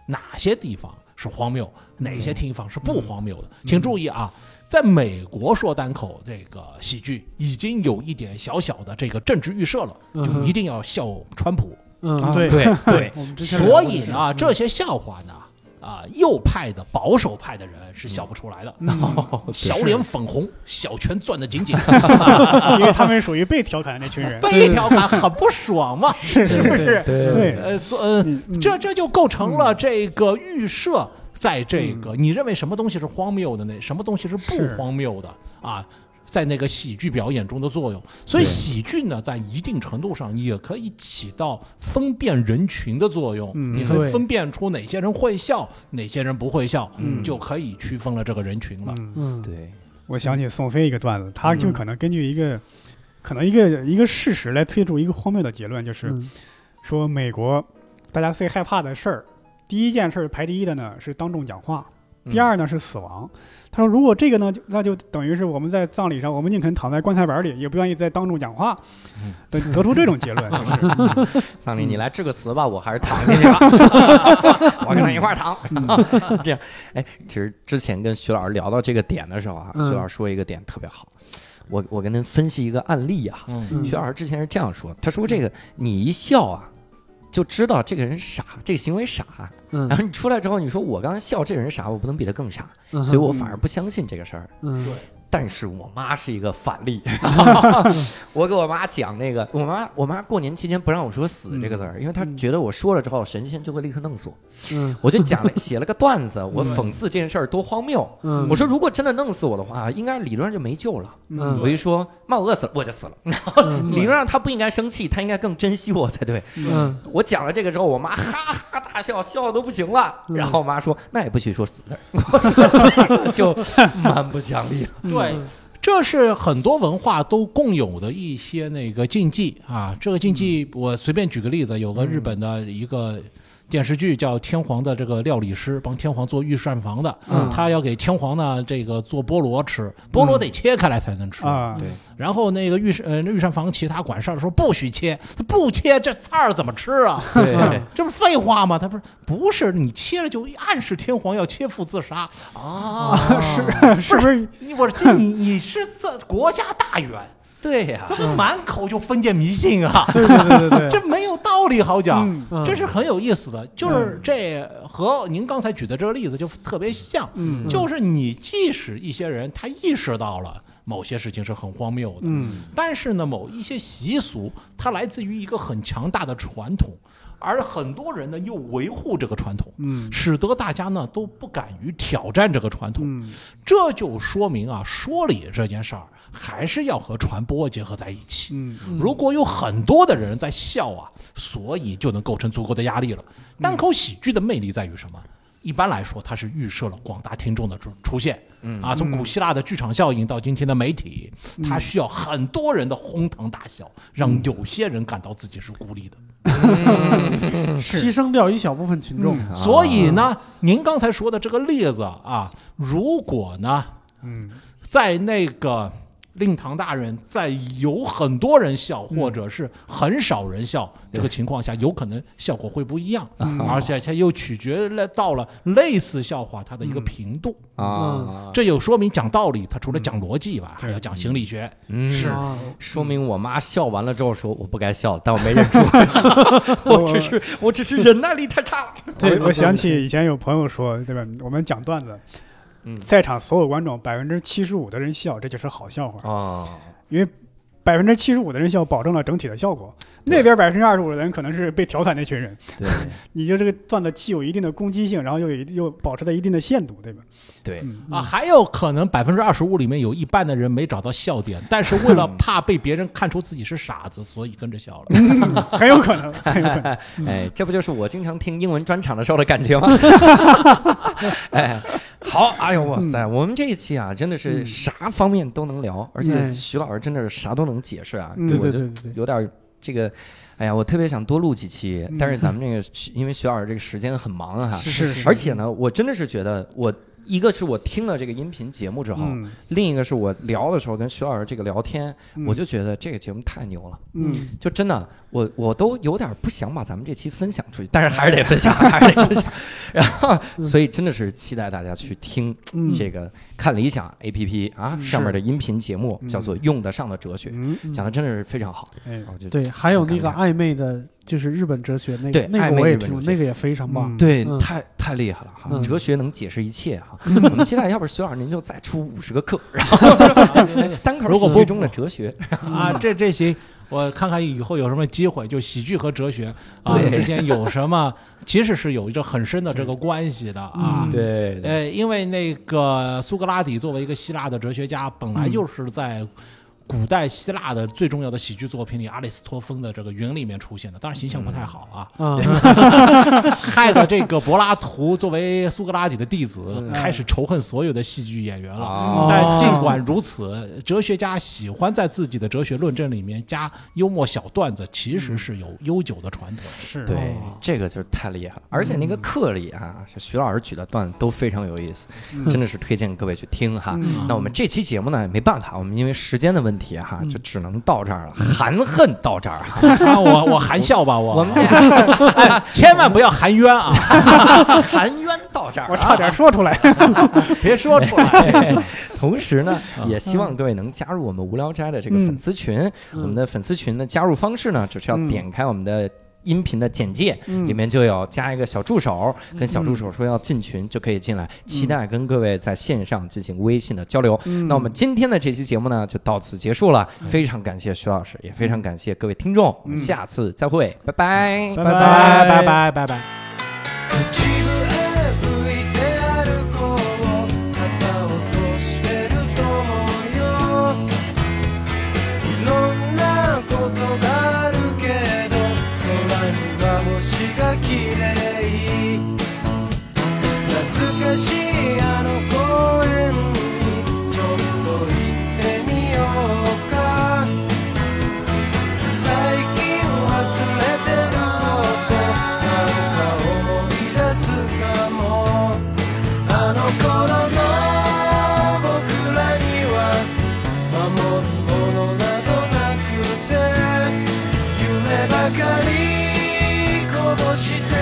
哪些地方是荒谬，哪些地方是不荒谬的。请注意啊，在美国说单口这个喜剧已经有一点小小的这个政治预设了，
嗯
就
哼
一定要笑川普。
啊
嗯，
对
对，
我们之前聊过
所
这
以
事
呢，
儿
这些笑话呢。啊，右派的保守派的人是笑不出来的，
哦
小脸粉红，小拳攥得紧紧，
因为他们属于被调侃的那群人。
被一条喊很不爽嘛，
是
是不是？
对
呃，所呃，
嗯
这这就构成了这个预设，在这个你认为什么东西是荒谬的呢？什么东西是不
嗯是
荒谬的啊？在那个喜剧表演中的作用，所以
对
喜剧呢，在一定程度上也可以起到分辨人群的作用。
嗯
你可以
对
分辨出哪些人会笑，哪些人不会笑，
嗯
就可以区分了这个人群了。
嗯，
嗯，
对，
我想起宋飞一个段子，他就可能根据一个，可能一个一个事实来推出一个荒谬的结论，就是
嗯
说美国大家最害怕的事儿，第一件事儿排第一的呢是当众讲话，
嗯
第二呢是死亡。他说如果这个呢，就那就等于是我们在葬礼上，我们宁肯躺在棺材板里，也不愿意在当众讲话
嗯，
得得出这种结论。就是
桑林，你来致个词吧，我还是躺进去吧，我跟他一块儿躺。 这样，哎，其实之前跟徐老师聊到这个点的时候啊，
嗯
徐老师说一个点特别好，我我跟您分析一个案例啊。
嗯
嗯
徐老师之前是这样说，他说这个你一笑啊，就知道这个人傻，这个行为傻。然
嗯
后你出来之后，你说我刚才笑这人傻，我不能比他更傻，
嗯，
所以我反而不相信这个事儿。
嗯
但是我妈是一个反例，
嗯
我给我妈讲那个，我妈我妈过年期间不让我说“死”这个字儿，因为她
嗯
觉得我说了之后，神仙就会立刻弄死我。
嗯
我就 讲了写了个段子，我讽刺这件事儿多荒谬。
嗯，
我说如果真的弄死我的话，应该理论上就没救了。
嗯
我一说妈我饿死了，我就死了。
嗯
理论上她不应该生气，她应该更珍惜我才对。
嗯
我讲了这个之后，我妈哈哈大笑，笑的都不行了。
嗯
然后我妈说那也不许说死字儿， 我说就蛮不讲理了。
对，这是很多文化都共有的一些那个禁忌啊。这个禁忌，我随便举个例子，有个日本的一个电视剧叫《天皇的这个料理师》，帮天皇做御膳房的，
嗯
他要给天皇呢这个做菠萝吃，菠萝得切开来才能吃。
啊，
对
然后那个御膳呃御膳房其他管事儿的说不许切，不切这菜儿怎么吃啊？
对，
这不是废话吗？他不是不是你切了就暗示天皇要切腹自杀啊？是
是不是？
你我这你你是这国家大员，
对呀、
怎么满口就封建迷信啊？
对对对对对，
这没有道理好讲，
嗯
嗯
这是很有意思的。就是这和您刚才举的这个例子就特别像，
嗯
就是你即使一些人他意识到了某些事情是很荒谬的，
嗯
但是呢，某一些习俗它来自于一个很强大的传统，而很多人呢又维护这个传统，
嗯
使得大家呢都不敢于挑战这个传统。
嗯
这就说明啊，说理这件事儿还是要和传播结合在一起。
嗯
如果有很多的人在笑啊，所以就能构成足够的压力了。单口喜剧的魅力在于什么？一般来说，它是预设了广大听众的出出现，啊，从古希腊的剧场效应到今天的媒体，它需要很多人的哄堂大笑，让有些人感到自己是孤立的。
嗯
牺牲掉一小部分群众，
啊
所以呢，您刚才说的这个例子啊，如果呢
嗯
在那个令堂大人在有很多人笑，或
嗯
者是很少人笑这个情况下，有可能效果会不一样，嗯
啊
而且它又取决了到了类似笑话它的
嗯
一个频度。
啊，
这有说明讲道理，它除了讲逻辑以外，还
对
要讲心理学。
嗯
是
啊
说明我妈笑完了之后说我不该笑，但我没忍住， 我只是我只是忍耐力太差了。
对
我我想起以前有朋友说，对吧？我们讲段子
嗯，
在场所有观众百分之七十五的人笑，这就是好笑话，
哦，
因为。百分之七十五的人笑，保证了整体的效果。那边百分之二十五的人可能是被调侃那群人，
对
你就这个段子既有一定的攻击性，然后又有一又保持在一定的限度，对吧？
对
嗯
啊，还有可能百分之二十五里面有一半的人没找到笑点，但是 为了怕被别人看出自己是傻子，所以跟着笑了。
很有可能，很有可能。
嗯
哎，这不就是我经常听英文专场的时候的感 觉吗？哎，好，哎呦，哇塞，我们这一期啊，真的是
嗯
啥方面都能聊，而且
嗯
徐老师真的是啥都能解释啊，
嗯
对
我
对
就
对对对，
有点儿这个。哎呀，我特别想多录几期，
嗯
但是咱们这个因为徐老师这个时间很忙啊，
是是
而且呢，我真的是觉得我一个是我听了这个音频节目之后，
嗯，
另一个是我聊的时候跟徐老师这个聊天，
嗯
我就觉得这个节目太牛了。
嗯，
就真的，我我都有点不想把咱们这期分享出去，但是还是得分享，还是得分享。然后，所以真的是期待大家去听
嗯
这个看理想 A P P 啊上面的音频节目，
嗯
叫做《用得上的哲学》，
嗯，
讲的真的是非常好。
哎，
我觉得
对，还有那个
很尴
暧昧的，就是日本哲学那
对
个，那
暧昧
个我
日
也
本
听了，
哲学
那个也非常棒。
嗯
对，
嗯
太太厉害了哈！
嗯
哲学能解释一切哈。我们期待，要不徐老师您就再出五十个课，然后单口
如果
喜
不
剧中的哲学，
啊，这这行，我看看以后有什么机会，就喜剧和哲学啊
对
之间有什么，其实是有着很深的这个关系的啊。
嗯
对
呃，因为那个苏格拉底作为一个希腊的哲学家，本
嗯
来就是在古代希腊的最重要的喜剧作品里，阿里斯托芬的这个《云》里面出现的，当然形象不太好啊，
啊，
嗯
害得这个柏拉图作为苏格拉底的弟子，
嗯
开始仇恨所有的戏剧演员了。
啊
但尽管如此，哲学家喜欢在自己的哲学论证里面加幽默小段子，其实是有悠久的 传统。
是，
对
哦，
这个就是太厉害了。而且那个
嗯
课里啊，是徐老师举的段子都非常有意思，真的是推荐各位去听哈。
嗯
那我们这期节目呢，也没办法，我们因为时间的问题哈，
嗯
就只能到这儿了，含恨到这儿哈。
啊我我含笑吧，我
我们 俩
千万不要含冤啊！
含冤到这儿啊，啊
我差点说出来。
别说出来。
同时呢，
嗯
也希望各位能加入我们无聊斋的这个粉丝群。我们的粉丝群的加入方式呢，就是要
嗯
点开我们的。音频的简介
嗯
里面就有加一个小助手，跟小助手说要进群就可以进来，期待跟各位在线上进行微信的交流。
嗯
那我们今天的这期节目呢，就到此结束了，非常感谢徐老师，也非常感谢各位听众，我们下次再会，拜拜。
拜
拜拜拜拜拜。
「口笛吹いて歩こう」「肩落としてると思うよ」「いろんなことがあるけど空には星が綺麗い」「懐かしいあの公園にちょっと行ってみようか」最近忘れてることなんか思い出すかもあの頃の僕らには守るものなどなくて夢ばかりこぼして